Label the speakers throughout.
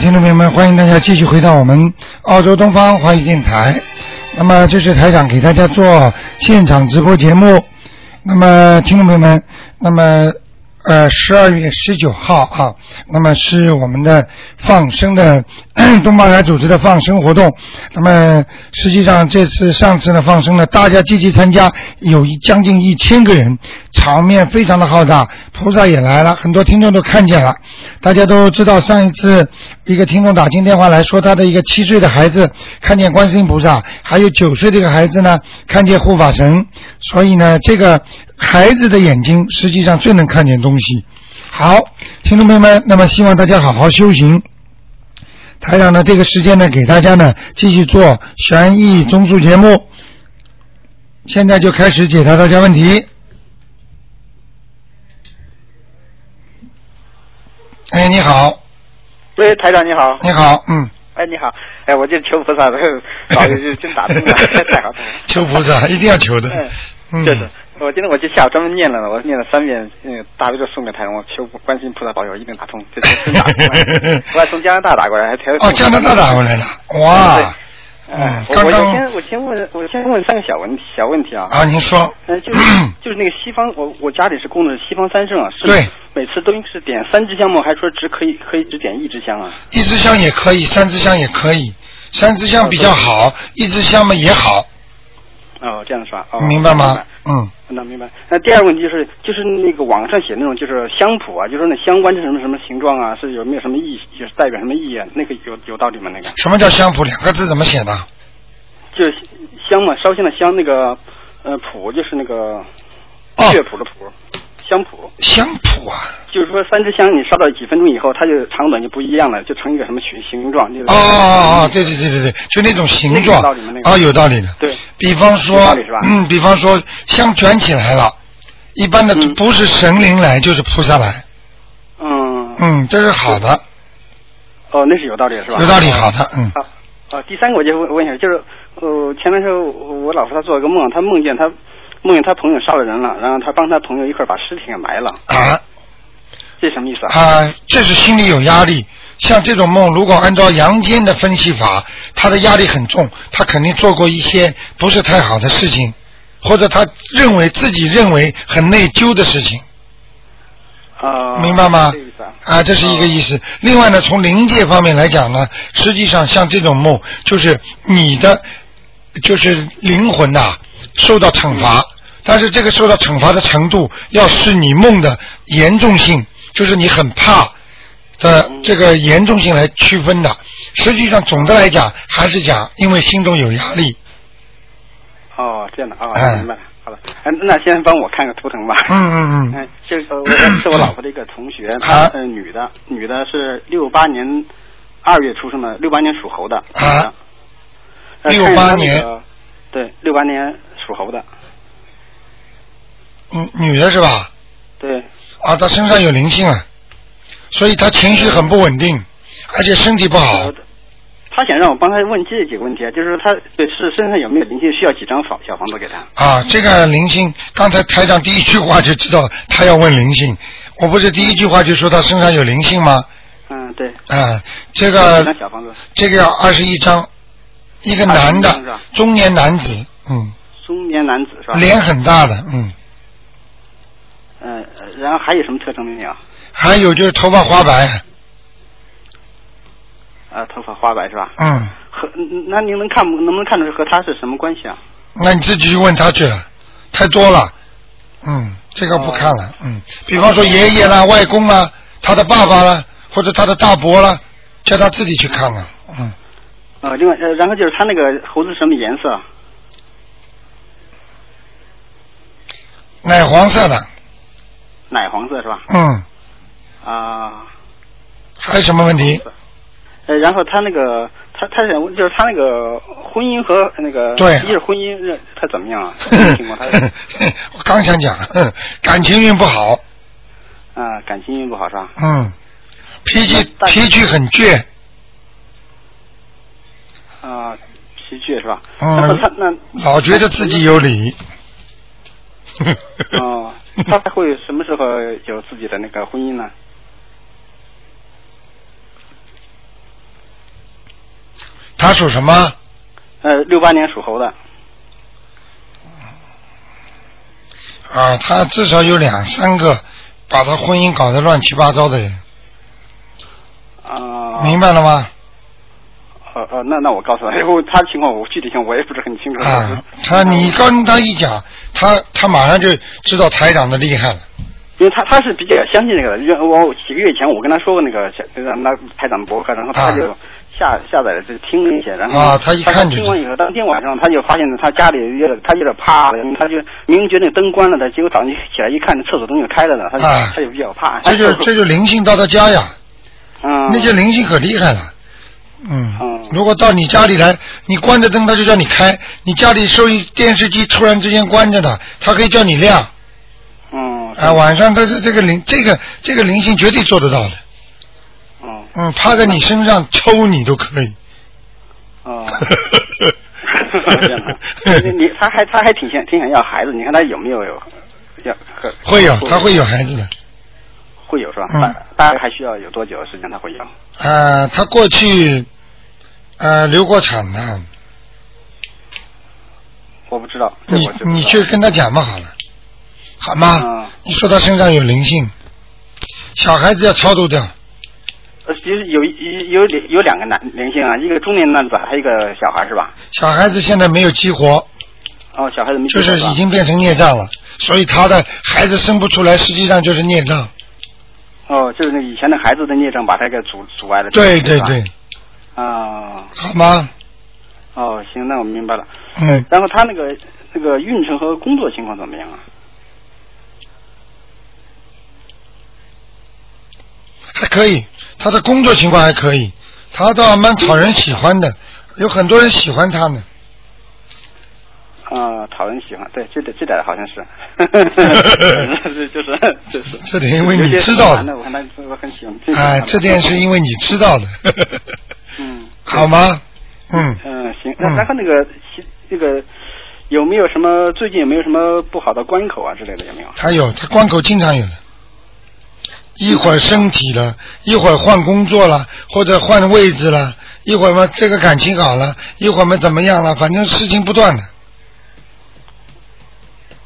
Speaker 1: 听众朋友们，欢迎大家继续回到我们澳洲东方华语电台。那么这是台长给大家做现场直播节目。那么听众朋友们，那么呃十二月十九号啊，那么是我们的放生的 东方台组织的放生活动。那么实际上这次上次呢放生呢，大家积极参加，有一将近一千个人，场面非常的浩大，菩萨也来了，很多听众都看见了。大家都知道，上一次一个听众打进电话来说，他的一个七岁的孩子看见观世音菩萨，还有九岁的一个孩子呢看见护法神，所以呢，这个孩子的眼睛实际上最能看见东西。好，听众朋友们，那么希望大家好好修行。台长呢，这个时间呢，给大家呢继续做悬疑综述节目。现在就开始解答大家问题。哎，你好，
Speaker 2: 喂，台长你好。
Speaker 1: 你好，嗯，
Speaker 2: 哎，你好。哎，我就求菩萨， 早就真打通 了，太好太好。
Speaker 1: 求菩萨 一定要求的，
Speaker 2: 哎
Speaker 1: 嗯，
Speaker 2: 就是我今天我就下午专门念了，我念了三遍，嗯，大悲咒送给台长，我求观世音菩萨保佑，一定打 通，这这真打通了。我还从加拿大打过来，还台
Speaker 1: 哦，加拿大打回来了，哇，
Speaker 2: 哎
Speaker 1: 嗯，
Speaker 2: 我
Speaker 1: 刚
Speaker 2: 我
Speaker 1: 刚
Speaker 2: 先我先问我先问三个小问题小问题啊，
Speaker 1: 啊，您说，
Speaker 2: 嗯，就是就是那个西方，我我家里是供的西方三圣啊，是
Speaker 1: 对
Speaker 2: 每次都应是点三支香吗？还是说只可以可以只点一支香啊？
Speaker 1: 一支香也可以，三支香也可以，三支
Speaker 2: 啊
Speaker 1: 香比较好，一支香嘛也好，
Speaker 2: 哦，这样是吧？哦，
Speaker 1: 明白吗？嗯，
Speaker 2: 那明白。那第二个问题就是，就是那个网上写那种就是香谱啊，就是那相关是什么什么形状啊，是有没有什么意义，就是代表什么意义啊？那个有有道理吗？那个
Speaker 1: 什么叫香谱？两个字怎么写的？
Speaker 2: 就是香嘛，烧香的香，那个呃谱就是那个
Speaker 1: 哦
Speaker 2: 乐谱的谱，香谱。
Speaker 1: 香谱啊，
Speaker 2: 就是说三支香你烧到几分钟以后，它就长短就不一样了，就成一个什么形形状。就是
Speaker 1: 哦哦哦，对对对对对，就那种形状
Speaker 2: 那个有道理吗那，个
Speaker 1: 啊，有道理的。
Speaker 2: 对，
Speaker 1: 比方
Speaker 2: 有
Speaker 1: 说
Speaker 2: 道理是吧，
Speaker 1: 嗯，比方说香卷起来了，一般的
Speaker 2: 嗯
Speaker 1: 不是神灵来就是菩萨来，
Speaker 2: 嗯，
Speaker 1: 嗯，这是好的，
Speaker 2: 哦，那是有道理的是吧？
Speaker 1: 有道理，好的，嗯，
Speaker 2: 啊啊！第三个我就问问一下，就是呃，前段时候我我老婆她做了个梦，她梦见她梦见她朋友杀了人了，然后她帮她朋友一块儿把尸体给埋了，
Speaker 1: 啊
Speaker 2: 这什么意思啊？
Speaker 1: 啊，这是心里有压力。像这种梦，如果按照阳间的分析法，他的压力很重，他肯定做过一些不是太好的事情，或者他认为自己认为很内疚的事情。
Speaker 2: 啊，
Speaker 1: 明白吗
Speaker 2: 这个意思啊？
Speaker 1: 啊，这是一个意思。另外呢，从灵界方面来讲呢，实际上像这种梦，就是你的，就是灵魂呐、受到惩
Speaker 2: 嗯
Speaker 1: 罚，但是这个受到惩罚的程度，要是你梦的严重性，就是你很怕的
Speaker 2: 嗯
Speaker 1: 这个严重性来区分的。实际上，总的来讲，还是讲因为心中有压力。
Speaker 2: 哦，这样的啊，
Speaker 1: 哎
Speaker 2: 明白了。好了，哎，那先帮我看个图腾吧。
Speaker 1: 嗯嗯嗯，
Speaker 2: 哎，这个我是我老婆的一个同 学，她
Speaker 1: 啊
Speaker 2: 呃女的，女的是六八年二月出生的，六八年属猴的。女的
Speaker 1: 68
Speaker 2: 呃看她那个
Speaker 1: 年
Speaker 2: 对，六八年属猴的，
Speaker 1: 嗯，女的是吧？
Speaker 2: 对，
Speaker 1: 啊，她身上有灵性啊，所以她情绪很不稳定，而且身体不好。
Speaker 2: 呃他想让我帮他问这几个问题啊，就是他对是身上有没有灵性，需要几张房小房子给他。
Speaker 1: 啊，这个灵性，刚才台长第一句话就知道他要问灵性。我不是第一句话就说他身上有灵性吗？
Speaker 2: 嗯，对，
Speaker 1: 啊，这
Speaker 2: 几张
Speaker 1: 个
Speaker 2: 小房子，
Speaker 1: 这个要二十一张，一个男
Speaker 2: 21张是
Speaker 1: 的
Speaker 2: 吧
Speaker 1: 中年男子，嗯，
Speaker 2: 中年男子是吧？
Speaker 1: 脸很大的，嗯，
Speaker 2: 嗯、呃，然后还有什么特征没有？
Speaker 1: 还有就是头发花白，
Speaker 2: 呃，头发花白是吧？
Speaker 1: 嗯，
Speaker 2: 和嗯那您能看能不能看出和他是什么关系啊？
Speaker 1: 那你自己去问他去了，太多了，嗯，这个不看
Speaker 2: 哦
Speaker 1: 了，嗯，比方说爷爷啦、外公啦、他的爸爸啦，或者他的大伯啦，叫他自己去看了，嗯，
Speaker 2: 呃，另外呃，然后就是他那个猴子什么颜色？
Speaker 1: 奶黄色的，
Speaker 2: 奶黄色是吧？
Speaker 1: 嗯。
Speaker 2: 啊、
Speaker 1: 还有什么问题？
Speaker 2: 呃，然后他那个他他想问就是他那个婚姻和那个
Speaker 1: 对啊
Speaker 2: 一是婚姻，呃他怎么样啊？有没有情况他
Speaker 1: 我刚想讲， 哼感情运不好，
Speaker 2: 啊、感情运不好是吧？
Speaker 1: 嗯，脾气
Speaker 2: 那大
Speaker 1: 脾气很倔，
Speaker 2: 啊，喜剧是吧？
Speaker 1: 嗯
Speaker 2: 那么他那
Speaker 1: 老觉得自己有理。
Speaker 2: 哦，他还会什么时候有自己的那个婚姻呢？
Speaker 1: 他属什么？
Speaker 2: 呃，六八年属猴的，
Speaker 1: 啊，他至少有两三个把他婚姻搞得乱七八糟的人，
Speaker 2: 啊、
Speaker 1: 明白了吗？
Speaker 2: 呃呃，那那我告诉他， 因为他的情况我具体情况我也不是很清楚。
Speaker 1: 啊，他你跟他一讲，他他马上就知道台长的厉害了。
Speaker 2: 因为他他是比较相信那个的，因为我几个月前我跟他说过那个小那台长的博客，然后他就下、下载了就听了一些，然后
Speaker 1: 啊他一看就
Speaker 2: 听完以后，当天晚上他就发现他家里有点他有点怕了，他就明明觉得那灯关了的，结果早上一起来一看，那厕所灯就开着呢，他就、
Speaker 1: 啊
Speaker 2: 他就比较怕。
Speaker 1: 这就这就灵性到他家呀，
Speaker 2: 嗯，
Speaker 1: 那些灵性可厉害了。嗯
Speaker 2: 嗯，
Speaker 1: 如果到你家里来，你关着灯，他就叫你开；你家里收音电视机突然之间关着的，他可以叫你亮。
Speaker 2: 嗯
Speaker 1: 啊，晚上他这这个灵，这个这个灵性绝对做得到的。
Speaker 2: 嗯
Speaker 1: 嗯，趴在你身上抽你都可以。
Speaker 2: 哦。这样啊你你他还他还挺想挺想要孩子，你看他有没有有要可
Speaker 1: 会有，他会有孩子的。
Speaker 2: 会有是吧？
Speaker 1: 嗯
Speaker 2: 大大概还需要有多久时间他会有？
Speaker 1: 呃，他过去呃流过产的，
Speaker 2: 我不知道，这
Speaker 1: 你
Speaker 2: 我就不
Speaker 1: 你
Speaker 2: 知
Speaker 1: 去
Speaker 2: 道
Speaker 1: 跟他讲嘛好了，好吗？
Speaker 2: 嗯
Speaker 1: 你说他身上有灵性，小孩子要超度掉，
Speaker 2: 呃，其实有一有有有两个男灵性啊，一个中年男子，还有一个小孩是吧？
Speaker 1: 小孩子现在没有激活，
Speaker 2: 哦，小孩子没
Speaker 1: 就
Speaker 2: 听
Speaker 1: 是
Speaker 2: 说吧
Speaker 1: 已经变成孽障了，所以他的孩子生不出来，实际上就是孽障。
Speaker 2: 哦，就是那以前的孩子的孽障把他给阻阻碍了。
Speaker 1: 对
Speaker 2: 是
Speaker 1: 对
Speaker 2: 吧。
Speaker 1: 对，
Speaker 2: 啊、
Speaker 1: 好吗？
Speaker 2: 哦，行，那我明白了。
Speaker 1: 嗯，
Speaker 2: 然后他那个那个运程和工作情况怎么样啊？
Speaker 1: 还可以，他的工作情况还可以，他倒蛮讨人喜欢的，有很多人喜欢他 呢。
Speaker 2: 啊、讨人喜欢，对，这点这点好像是， 是就是就是。
Speaker 1: 这点因为
Speaker 2: 有
Speaker 1: 你
Speaker 2: 些
Speaker 1: 知道
Speaker 2: 男
Speaker 1: 的
Speaker 2: 的，我看他我很喜欢。
Speaker 1: 哎，这点是因为你知道的，
Speaker 2: 嗯。
Speaker 1: 好吗？嗯，
Speaker 2: 嗯，行，那
Speaker 1: 嗯
Speaker 2: 然后那个其那个有没有什么最近有没有什么不好的关口啊之类的有没有？
Speaker 1: 他有，他关口经常有的，一会儿身体了，一会儿换工作了，或者换位置了，一会儿嘛这个感情好了，一会儿嘛怎么样了，反正事情不断的，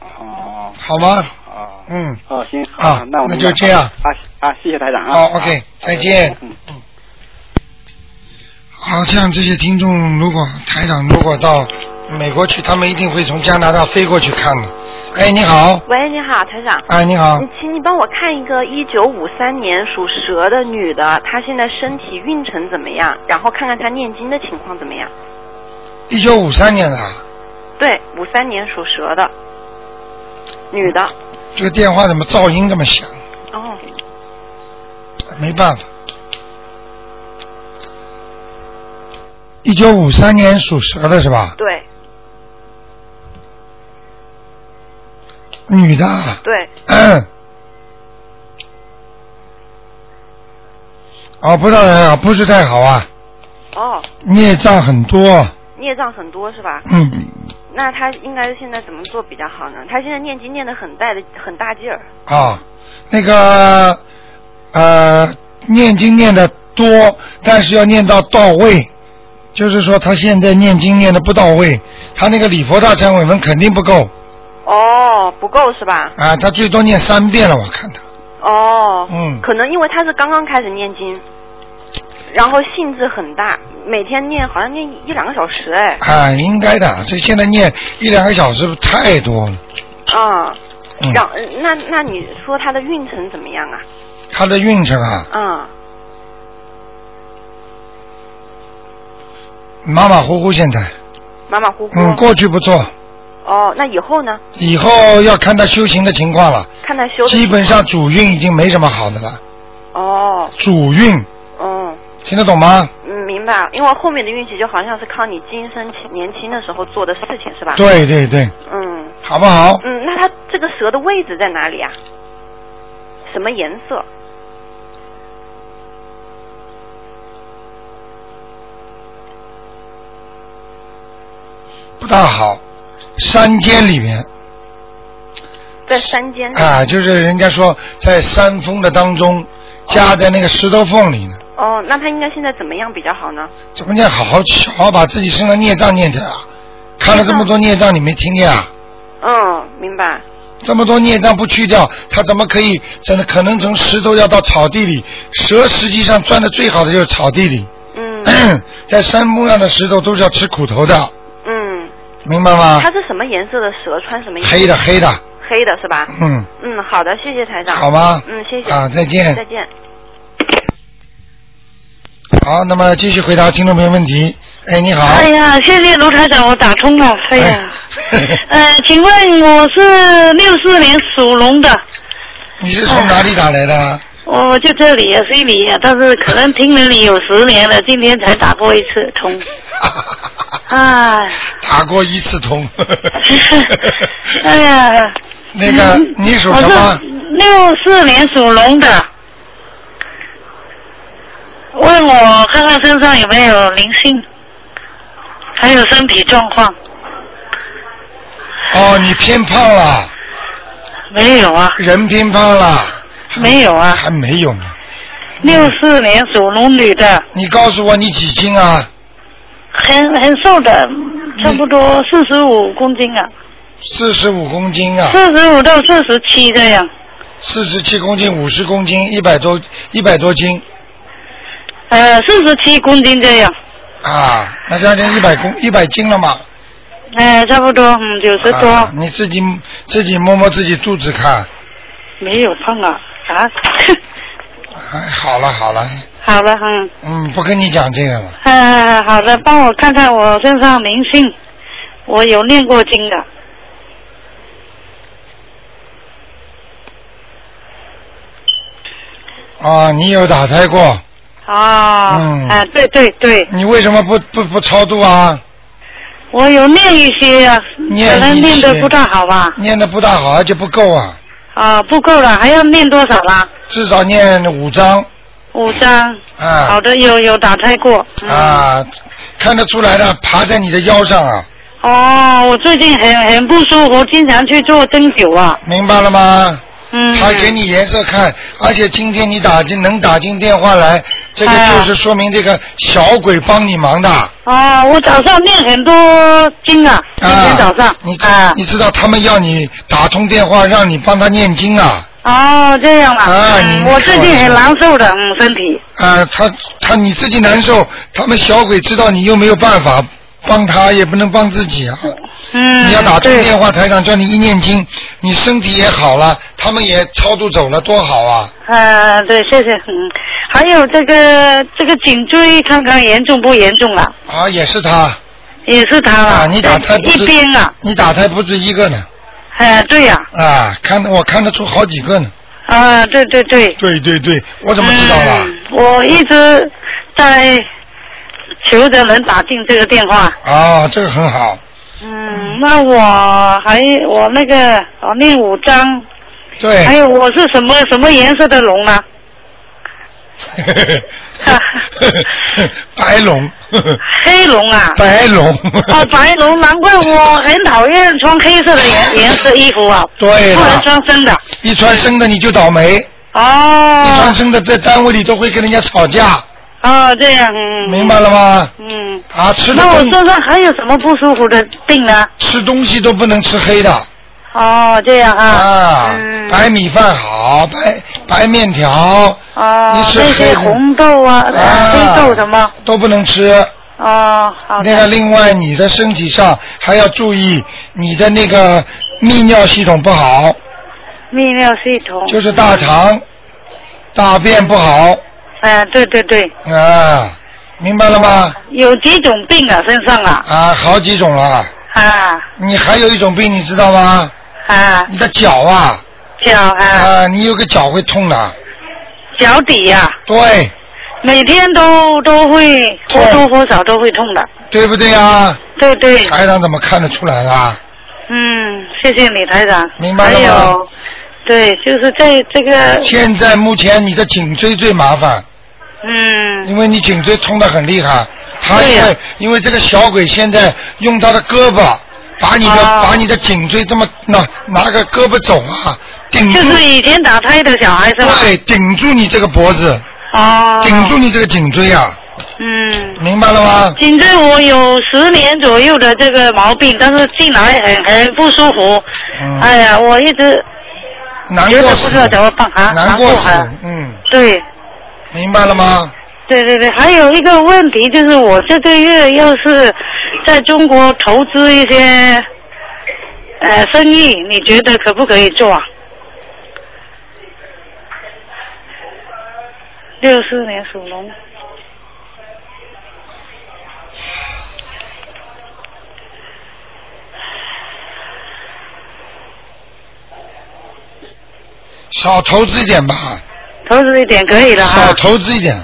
Speaker 2: 哦
Speaker 1: 好吗？
Speaker 2: 哦
Speaker 1: 嗯，
Speaker 2: 哦，行
Speaker 1: 啊
Speaker 2: 好那我
Speaker 1: 那
Speaker 2: 们
Speaker 1: 就这样
Speaker 2: 啊啊，谢谢台长啊。
Speaker 1: 好，OK，
Speaker 2: 啊
Speaker 1: 再见
Speaker 2: 嗯。
Speaker 1: 好，像这些听众，如果台长如果到美国去，他们一定会从加拿大飞过去看的。哎，你好，
Speaker 3: 喂，你好，台长。
Speaker 1: 哎，你好
Speaker 3: 你，请你帮我看一个一九五三年属蛇的女的，她现在身体运程怎么样？然后看看她念经的情况怎么样。
Speaker 1: 一九五三年的啊，
Speaker 3: 对，五三年属蛇的女的。
Speaker 1: 这个电话怎么噪音这么响？
Speaker 3: 哦，
Speaker 1: 没办法。一九五三年属蛇的是吧？
Speaker 3: 对
Speaker 1: 女的 啊。
Speaker 3: 对，
Speaker 1: 哦，不知道啊，不是太好啊，
Speaker 3: 哦，
Speaker 1: 孽障很多。
Speaker 3: 孽障很多是吧？
Speaker 1: 嗯，
Speaker 3: 那她应该现在怎么做比较好呢？她现在念经念的很带的很大劲儿。
Speaker 1: 啊、那个呃，念经念的多，但是要念到到位。就是说，他现在念经念的不到位，他那个礼佛大忏悔文肯定不够嗯
Speaker 3: 哦，不够是吧？
Speaker 1: 啊，他最多念三遍了，我看他。
Speaker 3: 哦，
Speaker 1: 嗯
Speaker 3: 可能因为他是刚刚开始念经，然后兴致很大，每天念好像念一一两个小时哎，
Speaker 1: 啊，应该的，这现在念一两个小时太多了。
Speaker 3: 啊、
Speaker 1: 嗯，
Speaker 3: 让那那你说他的运程怎么样啊？
Speaker 1: 他的运程啊，
Speaker 3: 啊、
Speaker 1: 马马虎虎现在，
Speaker 3: 马马虎虎。
Speaker 1: 嗯，过去不错，
Speaker 3: 哦，那以后呢？
Speaker 1: 以后要看他修行的情况了。
Speaker 3: 看他修的
Speaker 1: 基本上主运已经没什么好的了，
Speaker 3: 哦，
Speaker 1: 主运
Speaker 3: 嗯
Speaker 1: 听得懂吗？
Speaker 3: 嗯，明白了。因为后面的运气就好像是靠你今生年轻的时候做的事情是吧？
Speaker 1: 对对对，
Speaker 3: 嗯
Speaker 1: 好不好？
Speaker 3: 嗯，那他这个蛇的位置在哪里啊？什么颜色？
Speaker 1: 不大好，山间里面
Speaker 3: 在山
Speaker 1: 呃
Speaker 3: 间。
Speaker 1: 啊，就是人家说在山峰的当中夹在那个石头缝里呢，
Speaker 3: 哦，那他应该现在怎么样比较好呢？
Speaker 1: 怎么念？好好好好把自己身上孽障念掉啊！看了这么多孽障，你没听见啊？
Speaker 3: 嗯，明白。
Speaker 1: 这么多孽障不去掉，他怎么可以真的可能从石头要到草地里？蛇实际上钻的最好的就是草地里，
Speaker 3: 嗯
Speaker 1: 在山坡上的石头都是要吃苦头的，
Speaker 3: 嗯，
Speaker 1: 明白吗
Speaker 3: 他？是什么颜色的蛇？穿什么衣服？
Speaker 1: 黑的黑的，
Speaker 3: 黑的是吧？
Speaker 1: 嗯，
Speaker 3: 嗯，好的，谢谢台长。
Speaker 1: 好吗？
Speaker 3: 嗯，谢谢。
Speaker 1: 啊，再见。
Speaker 3: 再见。
Speaker 1: 好，那么继续回答听众朋友问题。哎，你好。
Speaker 4: 哎呀，谢谢卢台长，我打通了。哎呀，
Speaker 1: 哎
Speaker 4: 呃，请问我是六四年属龙的，
Speaker 1: 你是从哪里打来 的？
Speaker 4: 我就这里啊，这里啊，但是可能听了你有十年了，今天才打过一次 通。哎，
Speaker 1: 打过一次 通。
Speaker 4: 哎呀，
Speaker 1: 那个，你属
Speaker 4: 我
Speaker 1: 什么
Speaker 4: 是？六四年属龙的，问我看看身上有没有灵性，还有身体状况。
Speaker 1: 哦，你偏胖了，
Speaker 4: 没有啊，
Speaker 1: 人偏胖了，
Speaker 4: 没有啊。
Speaker 1: 还没有呢。
Speaker 4: 六四年属龙女的，
Speaker 1: 你告诉我你几斤啊？
Speaker 4: 很很瘦的，
Speaker 1: 嗯
Speaker 4: 差不多四十五公斤啊，
Speaker 1: 四十五公斤啊，
Speaker 4: 四十五到四十七这样。
Speaker 1: 四十七公斤、五十公斤、一百多、一百多斤
Speaker 4: 呃，四十七公斤这样，
Speaker 1: 啊，那将近一百公一百斤了嘛。
Speaker 4: 哎、差不多，嗯，九十多，
Speaker 1: 啊你自己自己摸摸自己肚子看，
Speaker 4: 没有胖啊，啊，
Speaker 1: 哎，好了好了，
Speaker 4: 好了，嗯，
Speaker 1: 嗯，不跟你讲这个了。
Speaker 4: 呃，好的，帮我看看我身上灵性，我有念过经的，
Speaker 1: 啊，你有打胎过，
Speaker 4: 哦，啊、
Speaker 1: 嗯
Speaker 4: 对对对，
Speaker 1: 你为什么不不不超度啊？
Speaker 4: 我有念一些啊，
Speaker 1: 念
Speaker 4: 可能
Speaker 1: 一
Speaker 4: 念的
Speaker 1: 些
Speaker 4: 不大好吧，
Speaker 1: 念的不大好，而且不够啊，
Speaker 4: 啊、不够了，还要念多少啦？
Speaker 1: 至少念五章
Speaker 4: 五张。
Speaker 1: 啊。
Speaker 4: 好的，有有打胎过。嗯、。
Speaker 1: 啊，看得出来的，爬在你的腰上啊，
Speaker 4: 哦，我最近很很不舒服，经常去做针灸啊。
Speaker 1: 明白了吗？
Speaker 4: 嗯。
Speaker 1: 他给。你颜色看，而且今天你打进能打进电话来，这个
Speaker 4: 哎呀
Speaker 1: 就是说明这个小鬼帮你忙的。
Speaker 4: 哦，我早上念很多经啊，今天早上
Speaker 1: 啊。你知、
Speaker 4: 啊。
Speaker 1: 你知道他们要你打通电话，让你帮他念经啊
Speaker 4: 哦，这样啊。
Speaker 1: 啊
Speaker 4: 嗯
Speaker 1: 你
Speaker 4: 我最近很难受的，嗯，身体。
Speaker 1: 啊！他他你自己难受，他们小鬼知道你又没有办法帮他，也不能帮自己啊。
Speaker 4: 嗯。
Speaker 1: 你要打通
Speaker 4: 对
Speaker 1: 电。话，台长叫你一念经，你身体也好了，他们也超度走了，多好啊！
Speaker 4: 呃，对，谢谢。嗯，还有这个这个颈椎，看看严重不严重了，
Speaker 1: 啊，也是他
Speaker 4: 也是他了。
Speaker 1: 啊，你打胎不止
Speaker 4: 一边啊，
Speaker 1: 你打胎不止一个呢
Speaker 4: 呃，对呀、
Speaker 1: 啊，看我看得出好几个呢。
Speaker 4: 啊，对对对。
Speaker 1: 对对对，我怎么知道了？
Speaker 4: 嗯？我一直在求着能打进这个电话。
Speaker 1: 啊，这个很 好，
Speaker 4: 嗯，那我还我那个我念五张，
Speaker 1: 对。
Speaker 4: 还有我是什么什么颜色的龙啊呢？
Speaker 1: 白龙，
Speaker 4: 黑龙啊。
Speaker 1: 白龙。
Speaker 4: 哦，白龙，难怪我很讨厌穿黑色的颜颜色衣服啊，
Speaker 1: 对
Speaker 4: 不能
Speaker 1: 了，
Speaker 4: 穿深的。
Speaker 1: 一穿深的你就倒霉，一穿
Speaker 4: 哦，
Speaker 1: 深的在单位里都会跟人家吵架，
Speaker 4: 哦，这样，嗯，
Speaker 1: 明白了吗？
Speaker 4: 嗯，
Speaker 1: 啊，吃的
Speaker 4: 那我
Speaker 1: 东
Speaker 4: 身上还有什么不舒服的病呢？
Speaker 1: 吃东西都不能吃黑的
Speaker 4: 哦，这样啊，
Speaker 1: 啊，
Speaker 4: 嗯，
Speaker 1: 白米饭好，白白面条
Speaker 4: 哦，
Speaker 1: 你是
Speaker 4: 那
Speaker 1: 黑
Speaker 4: 些
Speaker 1: 的
Speaker 4: 红豆啊、
Speaker 1: 啊
Speaker 4: 黑豆什么？
Speaker 1: 都不能吃。
Speaker 4: 哦，好的。
Speaker 1: 那个，另外你的身体上还要注意，你的那个泌尿系统不好，
Speaker 4: 泌尿系统。
Speaker 1: 就是大肠、大便不好
Speaker 4: 哎、对对对，
Speaker 1: 啊，明白了吗？
Speaker 4: 有几种病啊，身上啊，
Speaker 1: 啊，好几种了。
Speaker 4: 啊
Speaker 1: 你还有一种病，你知道吗？
Speaker 4: 啊，
Speaker 1: 你的脚啊，
Speaker 4: 脚啊，
Speaker 1: 啊，你有个脚会痛的，
Speaker 4: 脚底呀、
Speaker 1: 对，
Speaker 4: 每天都都会
Speaker 1: 痛
Speaker 4: 或多或少都会痛的。
Speaker 1: 对不对啊？
Speaker 4: 对对，
Speaker 1: 台长怎么看得出来啊？
Speaker 4: 嗯，谢谢你台长。
Speaker 1: 明白了吗
Speaker 4: 还有，对，就是这这个，
Speaker 1: 现在目前你的颈椎最麻烦，
Speaker 4: 嗯，
Speaker 1: 因为你颈椎痛得很厉害。他因为、
Speaker 4: 对呀
Speaker 1: 因为这个小鬼现在用他的胳膊把你的、
Speaker 4: 啊
Speaker 1: 把你的颈椎这么拿拿个胳膊肘啊顶住，
Speaker 4: 就是以前打胎的小孩是吧？
Speaker 1: 对，顶住你这个脖子，
Speaker 4: 哦，
Speaker 1: 顶住你这个颈椎啊，
Speaker 4: 嗯，
Speaker 1: 明白了吗？
Speaker 4: 颈椎我有十年左右的这个毛病，但是近来很很不舒服。
Speaker 1: 嗯
Speaker 4: 哎呀，我一直
Speaker 1: 难
Speaker 4: 觉
Speaker 1: 过
Speaker 4: 得
Speaker 1: 死
Speaker 4: 不知道怎么办啊，
Speaker 1: 难过
Speaker 4: 过
Speaker 1: 死
Speaker 4: 啊。，
Speaker 1: 嗯，
Speaker 4: 对，
Speaker 1: 明白了吗？
Speaker 4: 对对对，还有一个问题就是，我这个月要是在中国投资一些呃生意，你觉得可不可以做啊？六四年属龙，
Speaker 1: 少投资一点吧，
Speaker 4: 投资一点可以了
Speaker 1: 少
Speaker 4: 啊。
Speaker 1: 投资一点，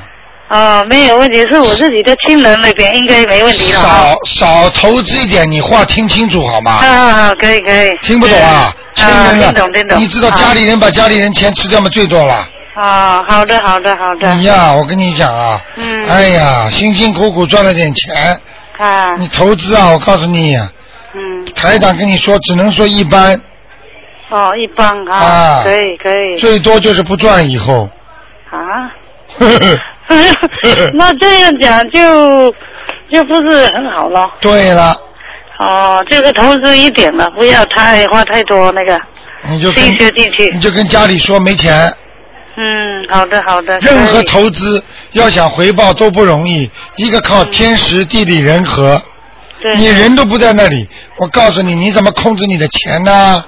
Speaker 4: 哦，没有问题，是我自己的亲人那边应该没问题了啊。
Speaker 1: 少少投资一点，你话听清楚好吗？
Speaker 4: 啊，可以可以。
Speaker 1: 听不懂啊？亲
Speaker 4: 啊，
Speaker 1: 人
Speaker 4: 听
Speaker 1: 了
Speaker 4: 懂听懂。
Speaker 1: 你知道家里人把家里人钱吃掉吗？最多了。
Speaker 4: 啊？啊，好的好的好的。
Speaker 1: 你呀，我跟你讲啊，
Speaker 4: 嗯。
Speaker 1: 哎呀，辛辛苦苦赚了点钱，
Speaker 4: 啊。
Speaker 1: 你投资啊，我告诉你，
Speaker 4: 嗯。
Speaker 1: 台长跟你说，只能说一般，
Speaker 4: 哦，一般
Speaker 1: 啊
Speaker 4: 啊，可以可以
Speaker 1: 最多就是不赚以 后。
Speaker 4: 啊。
Speaker 1: 呵呵
Speaker 4: 那这样讲就就不是很好咯。
Speaker 1: 对了，
Speaker 4: 哦，就是投资一点了，不要太花太多那个
Speaker 1: 你就跟
Speaker 4: 心血进去
Speaker 1: 你。就跟家里说没钱，
Speaker 4: 嗯，好的好的。
Speaker 1: 任何
Speaker 4: 可以
Speaker 1: 投资要想回报都不容易，一个靠天时地利人和，
Speaker 4: 对
Speaker 1: 你人都不在那里，我告诉你，你怎么控制你的钱呢？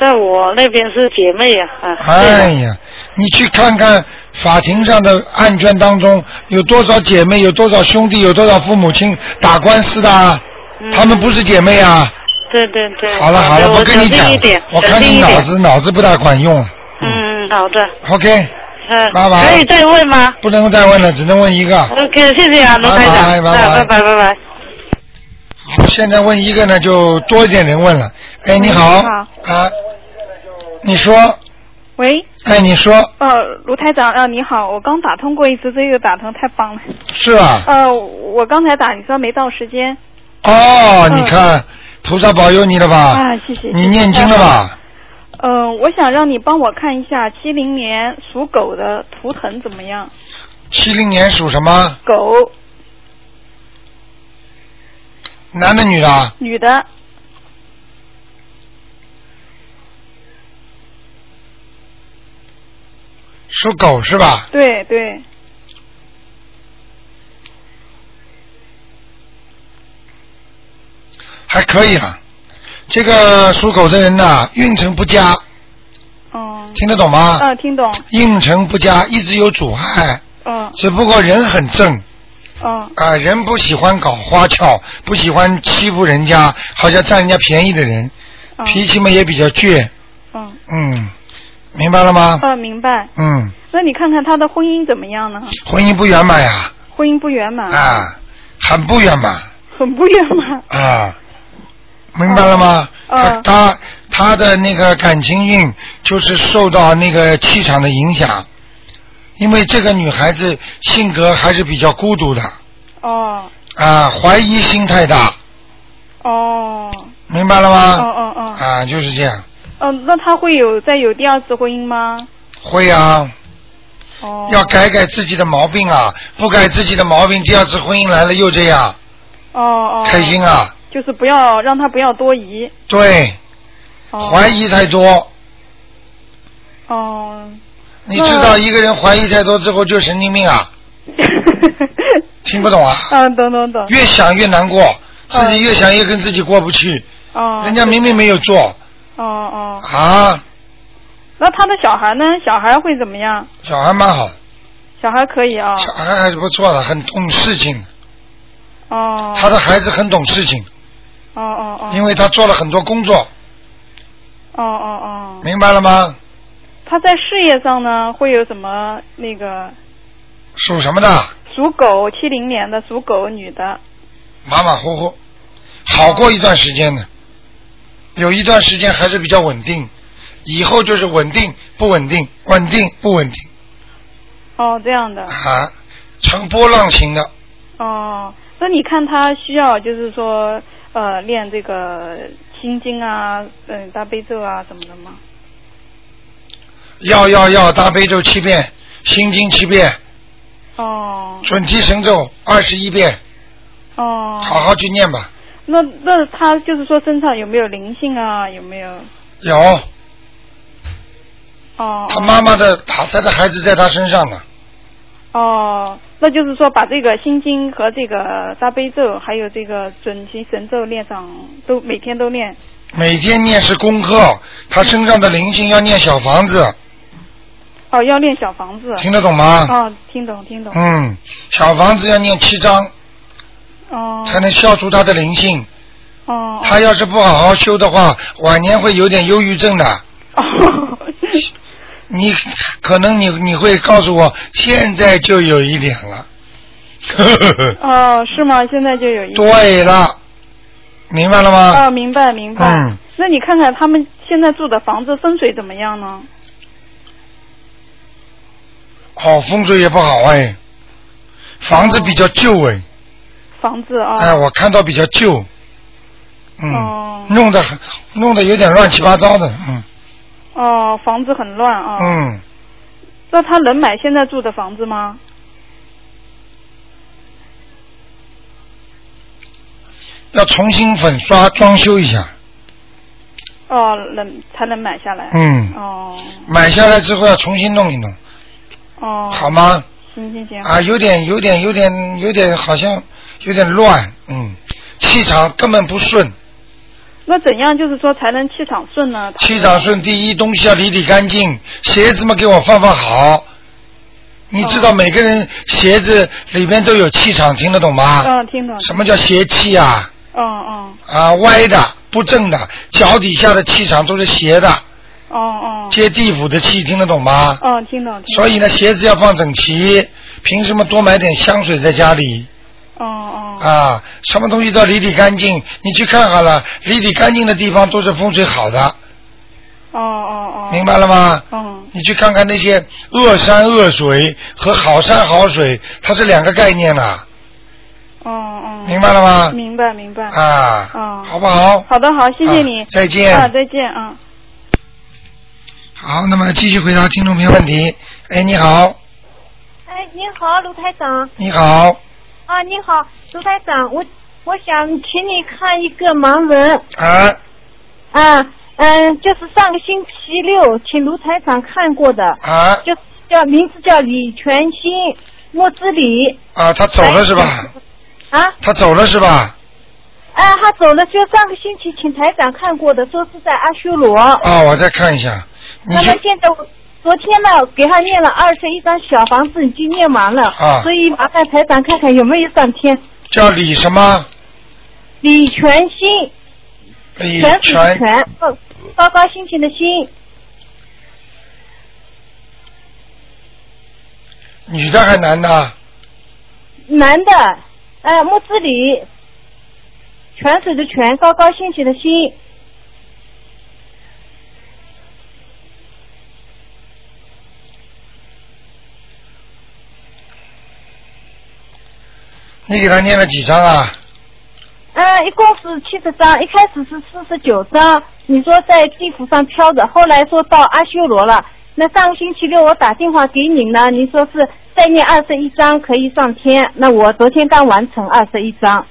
Speaker 4: 在我那边是姐妹呀啊。
Speaker 1: 哎
Speaker 4: 对
Speaker 1: 呀，你去看看法庭上的案卷当中，有多少姐妹，有多少兄弟，有多少父母亲打官司的啊，
Speaker 4: 嗯
Speaker 1: 他们不是姐妹啊。
Speaker 4: 对对对。
Speaker 1: 好了好了，
Speaker 4: 的我
Speaker 1: 跟你
Speaker 4: 小
Speaker 1: 讲
Speaker 4: 心一点，
Speaker 1: 我看
Speaker 4: 小心
Speaker 1: 你
Speaker 4: 一
Speaker 1: 脑
Speaker 4: 点
Speaker 1: 子脑子不大管用。
Speaker 4: 嗯，好的，
Speaker 1: OK，
Speaker 4: 嗯，
Speaker 1: 拜拜
Speaker 4: 可以再问吗
Speaker 1: 不能再问了，只能问一个。
Speaker 4: ？OK，谢谢啊，卢台
Speaker 1: 拜
Speaker 4: 长，
Speaker 1: 拜
Speaker 4: 啊
Speaker 1: 拜拜
Speaker 4: 拜拜拜拜。
Speaker 1: 现在问一个呢，就多一点人问了。哎，你好，
Speaker 5: 嗯
Speaker 1: 啊，你说，
Speaker 5: 喂，
Speaker 1: 哎，你说
Speaker 5: 呃，卢台长，呃，你好，我刚打通过一次，这个打通太棒了。
Speaker 1: 是吧？
Speaker 5: 呃，我刚才打，你说没到时间
Speaker 1: 哦，
Speaker 5: 嗯
Speaker 1: 你看，菩萨保佑你了吧？
Speaker 5: 啊，谢谢。
Speaker 1: 你念经了？吧？
Speaker 5: 嗯、呃，我想让你帮我看一下七零年属狗的图腾怎么样？
Speaker 1: 七零年属什么？
Speaker 5: 狗，
Speaker 1: 男的女的啊？
Speaker 5: 女的，
Speaker 1: 属狗是吧？
Speaker 5: 对对，
Speaker 1: 还可以了。这个属狗的人呐、运程不佳，
Speaker 5: 嗯，
Speaker 1: 听得懂吗？
Speaker 5: 啊，听懂，
Speaker 1: 运程不佳，一直有阻碍，
Speaker 5: 嗯
Speaker 1: 只不过人很正
Speaker 5: 嗯
Speaker 1: 啊、人不喜欢搞花俏，不喜欢欺负人家，好像占人家便宜的人，
Speaker 5: 嗯
Speaker 1: 脾气嘛也比较倔，
Speaker 5: 嗯，
Speaker 1: 嗯，明白了吗？
Speaker 5: 啊，明白。
Speaker 1: 嗯，
Speaker 5: 那你看看他的婚姻怎么样呢？
Speaker 1: 婚姻不圆满呀，
Speaker 5: 婚姻不圆满，
Speaker 1: 啊，很不圆满
Speaker 5: 很不圆满，
Speaker 1: 啊，明白了吗？他
Speaker 5: 嗯
Speaker 1: 他他的那个感情运就是受到那个气场的影响，因为这个女孩子性格还是比较孤独的
Speaker 5: 哦
Speaker 1: 啊，怀疑心太大，
Speaker 5: 哦，
Speaker 1: 明白了
Speaker 5: 哦
Speaker 1: 吗？
Speaker 5: 哦哦，
Speaker 1: 啊，就是这样，
Speaker 5: 嗯，那他会有再有第二次婚姻吗？
Speaker 1: 会啊，
Speaker 5: 哦，
Speaker 1: 要改改自己的毛病啊，不改自己的毛病，第二次婚姻来了又这样，
Speaker 5: 哦哦，
Speaker 1: 开心啊，
Speaker 5: 就是不要让他不要多疑，
Speaker 1: 对，
Speaker 5: 哦、
Speaker 1: 怀疑太多，
Speaker 5: 哦，
Speaker 1: 你知道一个人怀疑太多之后就神经病啊，听不懂啊，
Speaker 5: 嗯，懂懂懂，
Speaker 1: 越想越难过，自己越想越跟自己过不去，
Speaker 5: 哦，
Speaker 1: 人家明明没有做
Speaker 5: 哦哦，
Speaker 1: 啊，
Speaker 5: 那他的小孩呢？小孩会怎么样？
Speaker 1: 小孩蛮好，
Speaker 5: 小孩可以啊、
Speaker 1: 小孩还是不错的，很懂事情，
Speaker 5: 哦，
Speaker 1: 他的孩子很懂事情，
Speaker 5: 哦哦哦，
Speaker 1: 因为他做了很多工作，
Speaker 5: 哦哦哦，
Speaker 1: 明白了吗？
Speaker 5: 他在事业上呢会有什么那个？
Speaker 1: 属什么的？
Speaker 5: 属狗，七零年的属狗女的，
Speaker 1: 马马虎虎，好过一段时间呢，有一段时间还是比较稳定，以后就是稳定不稳定，稳定不稳定
Speaker 5: 哦，这样的，
Speaker 1: 啊，呈波浪形的，
Speaker 5: 哦，那你看他需要就是说呃练这个心经啊，嗯、大悲咒啊什么的吗？
Speaker 1: 要要要大悲咒七遍，心经七遍，
Speaker 5: 哦
Speaker 1: 准提神咒二十一遍，
Speaker 5: 哦，
Speaker 1: 好好去念吧。
Speaker 5: 那那他就是说身上有没有灵性啊？有没有？
Speaker 1: 有，
Speaker 5: 哦，
Speaker 1: 他妈妈的，他他的孩子在他身上呢。
Speaker 5: 哦，那就是说把这个心经和这个大悲咒，还有这个准提神咒念上，都每天都念。
Speaker 1: 每天念是功课，他身上的灵性要念小房子，
Speaker 5: 哦，要念小房子。
Speaker 1: 听得懂吗？
Speaker 5: 哦，听懂听懂。
Speaker 1: 嗯，小房子要念七章，
Speaker 5: 哦
Speaker 1: 才能消除他的灵性。
Speaker 5: 哦
Speaker 1: 他要是不好好修的话，晚年会有点忧郁症的。
Speaker 5: 哦，
Speaker 1: 你可能你你会告诉我，现在就有一点了。
Speaker 5: 哦，是吗？现在就有一个。
Speaker 1: 对了，明白了吗？
Speaker 5: 哦，明白明白。
Speaker 1: 嗯，
Speaker 5: 那你看看他们现在住的房子风水怎么样呢？
Speaker 1: 好、风水也不好哎，房子比较旧
Speaker 5: 嗯
Speaker 1: 哎，
Speaker 5: 房子啊、
Speaker 1: 哎，我看到比较旧，嗯，
Speaker 5: 哦
Speaker 1: 弄得很弄得有点乱七八糟的，嗯
Speaker 5: 哦，房子很乱啊、
Speaker 1: 嗯，
Speaker 5: 那他能买现在住的房子吗？
Speaker 1: 要重新粉刷装修一下，
Speaker 5: 哦，能才能买下来。
Speaker 1: 嗯，
Speaker 5: 哦
Speaker 1: 买下来之后要重新弄一弄，
Speaker 5: 哦。
Speaker 1: 好。吗？
Speaker 5: 行行行。
Speaker 1: 啊，有点有点有点有点好像有点乱，嗯，气场根本不顺，
Speaker 5: 那怎样就是说才能气场顺呢？
Speaker 1: 气场顺，第一东西要理理干净，鞋子嘛给我放放好。你知道每个人鞋子里面都有气场，听得懂吗？
Speaker 5: 嗯，听懂。
Speaker 1: 什么叫邪气啊？
Speaker 5: 嗯嗯
Speaker 1: 啊，歪的、不正的，脚底下的气场都是邪的，
Speaker 5: 哦哦。
Speaker 1: 接地府的气，听得懂吗？
Speaker 5: 嗯，听懂。听懂。
Speaker 1: 啊所以呢，鞋子要放整齐。凭什么多买点香水在家里
Speaker 5: 哦哦
Speaker 1: 啊？什么东西都要理理干净。你去看好了，理理干净的地方都是风水好的，
Speaker 5: 哦哦哦。
Speaker 1: 明。白了吗？
Speaker 5: 嗯
Speaker 1: 你去看看那些恶山恶水和好山好水，它是两个概念呐、
Speaker 5: 哦哦。
Speaker 1: 明白了吗？
Speaker 5: 明白明白。
Speaker 1: 啊，
Speaker 5: 嗯
Speaker 1: 好不好？
Speaker 5: 好的好，谢谢
Speaker 1: 啊
Speaker 5: 你。
Speaker 1: 再见
Speaker 5: 啊，再见啊。
Speaker 1: 好，那么继续回答听众朋友问题。哎，你好，
Speaker 6: 哎，您好，卢台长
Speaker 1: 你好，
Speaker 6: 啊，你好，卢台长，我我想请你看一个盲文
Speaker 1: 啊，
Speaker 6: 啊，嗯，就是上个星期六请卢台长看过的，
Speaker 1: 啊
Speaker 6: 就叫名字叫李全新，木之李
Speaker 1: 啊，他走了是
Speaker 5: 哎
Speaker 1: 吧？
Speaker 6: 啊，
Speaker 1: 他走了是吧？
Speaker 6: 哎，他走了，就上个星期请台长看过的，说是在阿修罗。
Speaker 1: 啊，我再看一下。你
Speaker 6: 那么
Speaker 1: 去
Speaker 6: 现在我昨天呢，给他念了二十一张小房子，已经念完了，
Speaker 1: 啊
Speaker 6: 所以麻烦台长看看有没有上天。
Speaker 1: 叫李什么？
Speaker 6: 李全新。
Speaker 1: 李
Speaker 6: 全体的
Speaker 1: 全
Speaker 6: 全，哦高高兴兴的兴，
Speaker 1: 女的还男的？
Speaker 6: 男的，呃，木子李，泉水的泉，高高兴兴的兴，
Speaker 1: 你给他念了几张啊？
Speaker 6: 呃，一共是七十张，一开始是四十九张，你说在地府上飘着，后来说到阿修罗了。那上个星期六我打电话给你呢，你说是再念二十一章可以上天，那我昨天刚完成二十一章。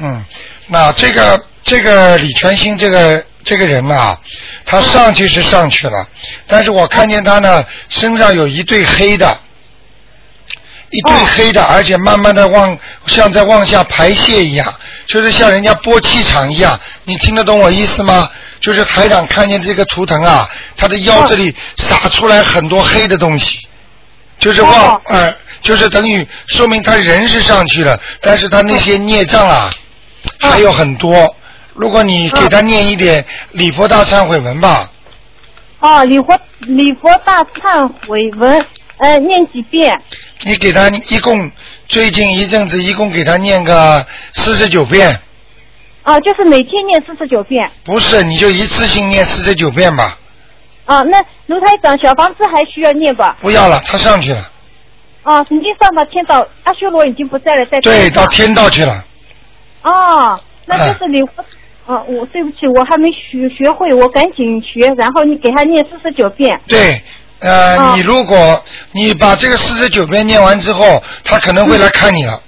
Speaker 1: 嗯，那这个这个李全兴这个这个人呐、啊他上去是上去了，但是我看见他呢身上有一对黑的，一对黑的，而且慢慢的往像在往下排泄一样，就是像人家拨气场一样，你听得懂我意思吗？就是台长看见这个图腾啊，他的腰这里洒出来很多黑的东西，就是往
Speaker 6: 哦
Speaker 1: 呃，就是等于说明他人是上去了，但是他那些孽障啊还有很多。如果你给他念一点礼佛大忏悔文吧，
Speaker 6: 哦，礼佛礼佛大忏悔文，呃，念几遍？
Speaker 1: 你给他一共最近一阵子一共给他念个四十九遍，
Speaker 6: 哦，就是每天念四十九遍。
Speaker 1: 不是你就一次性念四十九遍吧，
Speaker 6: 啊，那卢台长，小房子还需要念吧？
Speaker 1: 不要了，他上去了，
Speaker 6: 啊，已经上到天道，阿修罗已经不在了，在
Speaker 1: 对，
Speaker 6: 上
Speaker 1: 到。天道去了，嗯
Speaker 6: 哦，那就是你，啊，我对不起，我还没学学会，我赶紧学，然后你给他念四十九遍。
Speaker 1: 对，呃，
Speaker 6: 哦
Speaker 1: 你如果你把这个四十九遍念完之后，他可能会来看你了。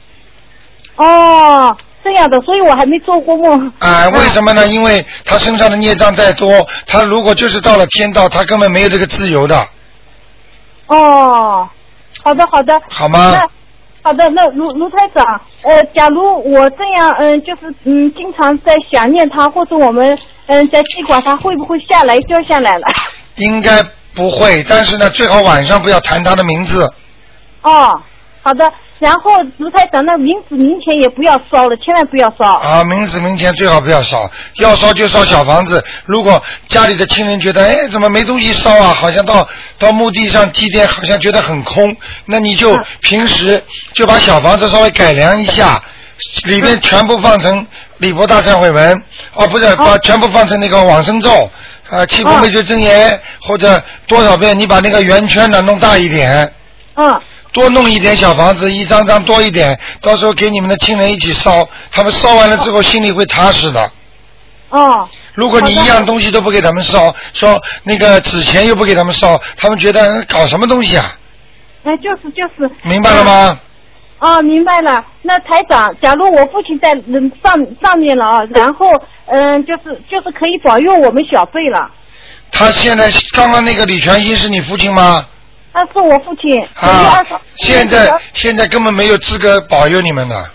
Speaker 6: 哦，这样的，所以我还没做过梦。
Speaker 1: 啊、为什么呢？因为他身上的孽障太多，他如果就是到了天道，他根本没有这个自由的，
Speaker 6: 哦，好的好的。
Speaker 1: 好吗？
Speaker 6: 那好的，那卢卢台长，呃，假如我这样，嗯、就是嗯，经常在想念他，或者我们嗯、在记挂他，会不会下来掉下来了？
Speaker 1: 应该不会，但是呢，最好晚上不要谈他的名字。
Speaker 6: 哦，好的。然后卢台长，那冥纸冥钱也不要烧了，千万不要烧。
Speaker 1: 啊，名字名前最好不要烧，要烧就烧小房子。如果家里的亲人觉得，哎，怎么没东西烧啊？好像到到墓地上祭奠，好像觉得很空，那你就
Speaker 6: 嗯
Speaker 1: 平时就把小房子稍微改良一下，
Speaker 6: 嗯
Speaker 1: 里面全部放成礼佛大忏悔文，哦，不是，把全部放成那个往生咒，啊，七
Speaker 6: 哦
Speaker 1: 佛灭罪真言或者多少遍，你把那个圆圈呢弄大一点。
Speaker 6: 嗯，
Speaker 1: 多弄一点小房子，一张张多一点，到时候给你们的亲人一起烧，他们烧完了之后心里会踏实的。
Speaker 6: 哦，
Speaker 1: 如果你一样东西都不给他们烧，说那个纸钱又不给他们烧，他们觉得呃搞什么东西啊？
Speaker 6: 哎，就是就是。
Speaker 1: 明白了吗？
Speaker 6: 哦，明白了。那台长，假如我父亲在嗯上上面了啊，然后嗯，就是就是可以保佑我们小辈了。
Speaker 1: 他现在刚刚那个李全新是你父亲吗？
Speaker 6: 他是我父亲，
Speaker 1: 啊
Speaker 6: 我是二十，
Speaker 1: 现
Speaker 6: 嗯
Speaker 1: 在现在根本没有资格保佑你们的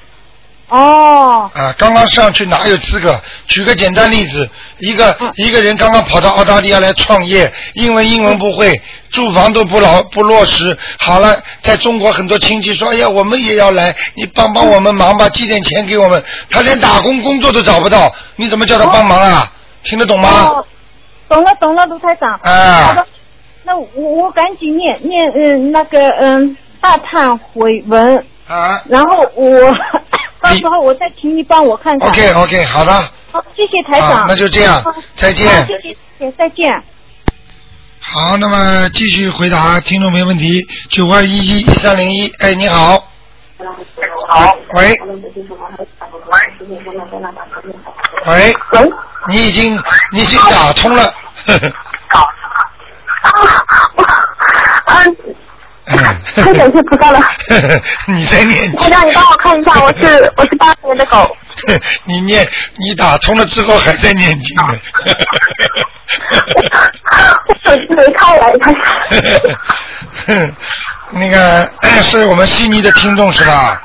Speaker 6: 哦，
Speaker 1: 啊！刚刚上去哪有资格？举个简单例子，一个、
Speaker 6: 嗯
Speaker 1: 一个人刚刚跑到澳大利亚来创业，英文英文不会，住房都不老不落实，好了，在中国很多亲戚说，哎呀，我们也要来，你帮
Speaker 6: 嗯
Speaker 1: 帮我们忙吧，寄点钱给我们，他连打工工作都找不到，你怎么叫他帮忙啊？听得懂吗？
Speaker 6: 哦，懂了懂了，卢台长。好
Speaker 1: 啊
Speaker 6: 的，，那我我赶紧念念嗯那个嗯大忏悔文，
Speaker 1: 啊
Speaker 6: 然后我 到时候我再请你帮我看看。
Speaker 1: ，OK OK，好的，
Speaker 6: 好，谢谢台长。
Speaker 1: 啊，那就这样
Speaker 6: 好，
Speaker 1: 再见。
Speaker 6: 好谢谢谢谢，再见。
Speaker 1: 好，那么继续回答听众朋友问题，九二一一一三零一，哎，你好。好。喂。喂。哎你已经你已经打通 了。
Speaker 7: 啊
Speaker 1: 嗯，
Speaker 7: 太感谢菩啊萨了，
Speaker 1: 你在念
Speaker 7: 台长，你帮我看一下，我 是我是八十年的狗，
Speaker 1: 经， 你念你打通了之后还在念经呢。
Speaker 7: 我手机没开来，看。
Speaker 1: 哼 那个 是我们悉尼的听众是吧？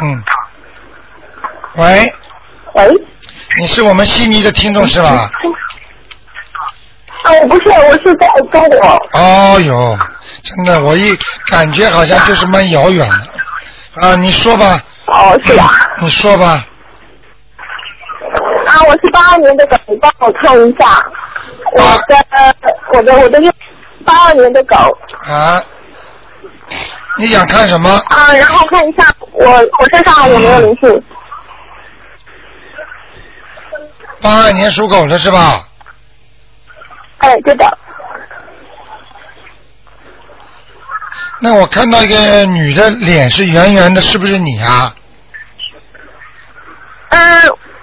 Speaker 1: 嗯。喂，
Speaker 7: 喂，
Speaker 1: 你是我们悉尼的听众是吧？
Speaker 7: 啊，我不是，我是在中国，
Speaker 1: 哦哟，真的，我一感觉好像就是蛮遥远的。啊，你说吧，嗯
Speaker 7: 哦，是吧？
Speaker 1: 你说吧，
Speaker 7: 啊，我是八二年的狗，你帮我看一下，我的我的我的右八二年的狗
Speaker 1: 啊，你想看什么？
Speaker 7: 啊，然后看一下我啊我身上有没有灵性，
Speaker 1: 八二年属狗的是吧？
Speaker 7: 哎，对的，
Speaker 1: 那我看到一个女的脸是圆圆的，是不是你啊？
Speaker 7: 嗯、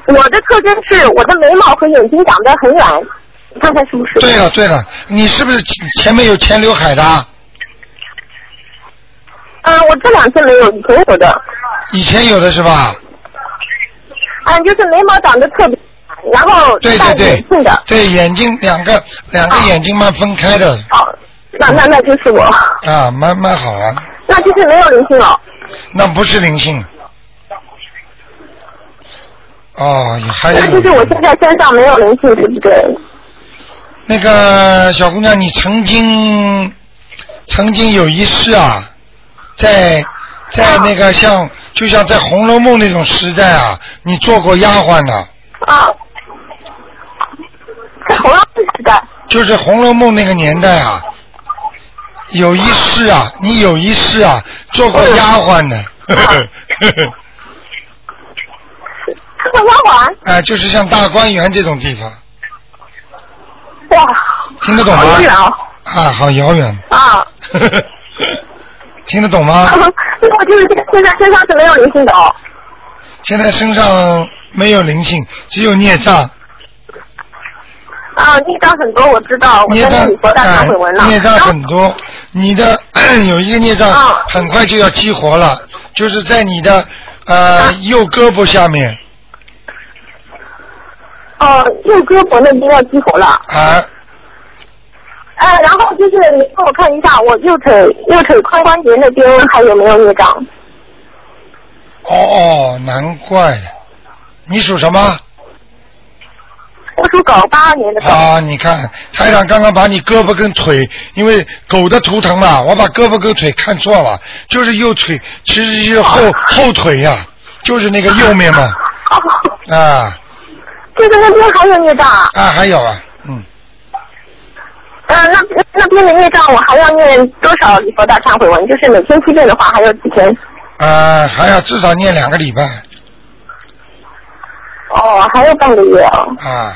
Speaker 7: 我的特征是我的眉毛和眼睛长得很软，你看看是不是？
Speaker 1: 对了对了，啊你是不是前前面有前刘海的啊？
Speaker 7: 嗯、我这两次没有，以前有的。
Speaker 1: 以前有的是吧？
Speaker 7: 啊，就是眉毛长得特别，然后
Speaker 1: 对
Speaker 7: 戴
Speaker 1: 对
Speaker 7: 眼镜
Speaker 1: 对
Speaker 7: 的，，
Speaker 1: 对眼睛两个两个眼睛蛮分开的
Speaker 7: 哦，那那那就是我，
Speaker 1: 啊，蛮蛮好啊，
Speaker 7: 那就是没有灵性了。
Speaker 1: 那不是灵性。哦，也还
Speaker 7: 那
Speaker 1: 有
Speaker 7: 就是我现在身上没有灵性，对不对？
Speaker 1: 那个小姑娘，你曾经曾经有一世啊，在
Speaker 7: 啊
Speaker 1: 在那个像就像在《红楼梦》那种时代啊，你做过丫鬟的、
Speaker 7: 啊，在红浪时代，
Speaker 1: 就是《红楼梦》那个年代啊，有一世啊，你有一世啊，做过丫鬟的，
Speaker 7: 嗯 做丫鬟，
Speaker 1: 哎，就是像大观园这种地方，
Speaker 7: 哇，
Speaker 1: 听得懂吗
Speaker 7: 好远哦，
Speaker 1: 啊，好遥远，
Speaker 7: 啊，
Speaker 1: 听得懂吗？
Speaker 7: 那我就是现在身上是没有灵性的哦。
Speaker 1: 现在身上没有灵性，只有孽障，
Speaker 7: 啊，啊，孽障很多，我知道，我
Speaker 1: 孽
Speaker 7: 在
Speaker 1: 障
Speaker 7: 那里佛大忏悔文了。
Speaker 1: 哎孽障
Speaker 7: 然后
Speaker 1: 很多，你的有一个孽障
Speaker 7: 啊
Speaker 1: 很快就要激活了，就是在你的呃右胳膊下面
Speaker 7: 哦，右胳膊那边要激活了。
Speaker 1: 啊，
Speaker 7: 呃，然后就是你帮我看一下，我右腿右腿髋关节那边还有没有孽障？
Speaker 1: 哦哦，难怪了，你属什么？
Speaker 7: 我属狗，八二年的狗。
Speaker 1: 啊，你看，台长刚刚把你胳膊跟腿，因为狗的图腾嘛，我把胳膊跟腿看错了，就是右腿，其实是 后后腿呀、就是那个右面嘛，
Speaker 7: 哦，
Speaker 1: 啊
Speaker 7: 这个那边还有孽障啊？
Speaker 1: 啊，还有啊，嗯，
Speaker 7: 呃，那那那边的孽障我还要念多少礼佛大忏悔文？就是每天七遍的话，还有几天？
Speaker 1: 啊，还要至少念两个礼拜
Speaker 7: 哦，还有半个月哦。
Speaker 1: 啊，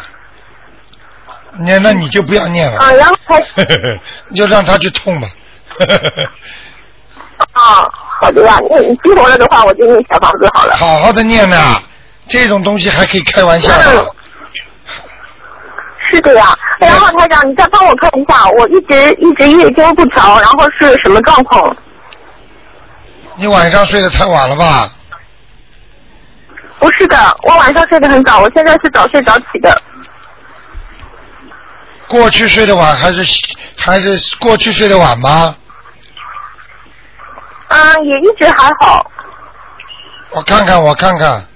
Speaker 1: 念那你就不要念了，
Speaker 7: 啊，然后还
Speaker 1: 你就让他去痛吧，
Speaker 7: 啊，好的呀，嗯你激活了的话，我就念小房子好了。
Speaker 1: 好好的念呐、这种东西还可以开玩笑的
Speaker 7: 嗯，是的呀，然后台长，你再帮我看一下，我一直一直月经不调，然后是什么状况？
Speaker 1: 你晚上睡得太晚了吧？
Speaker 7: 不是的，我晚上睡得很早，我现在是早睡早起的。
Speaker 1: 过去睡得晚还是还是过去睡得晚吗？
Speaker 7: 嗯，也一直还好。
Speaker 1: 我看看，我看看，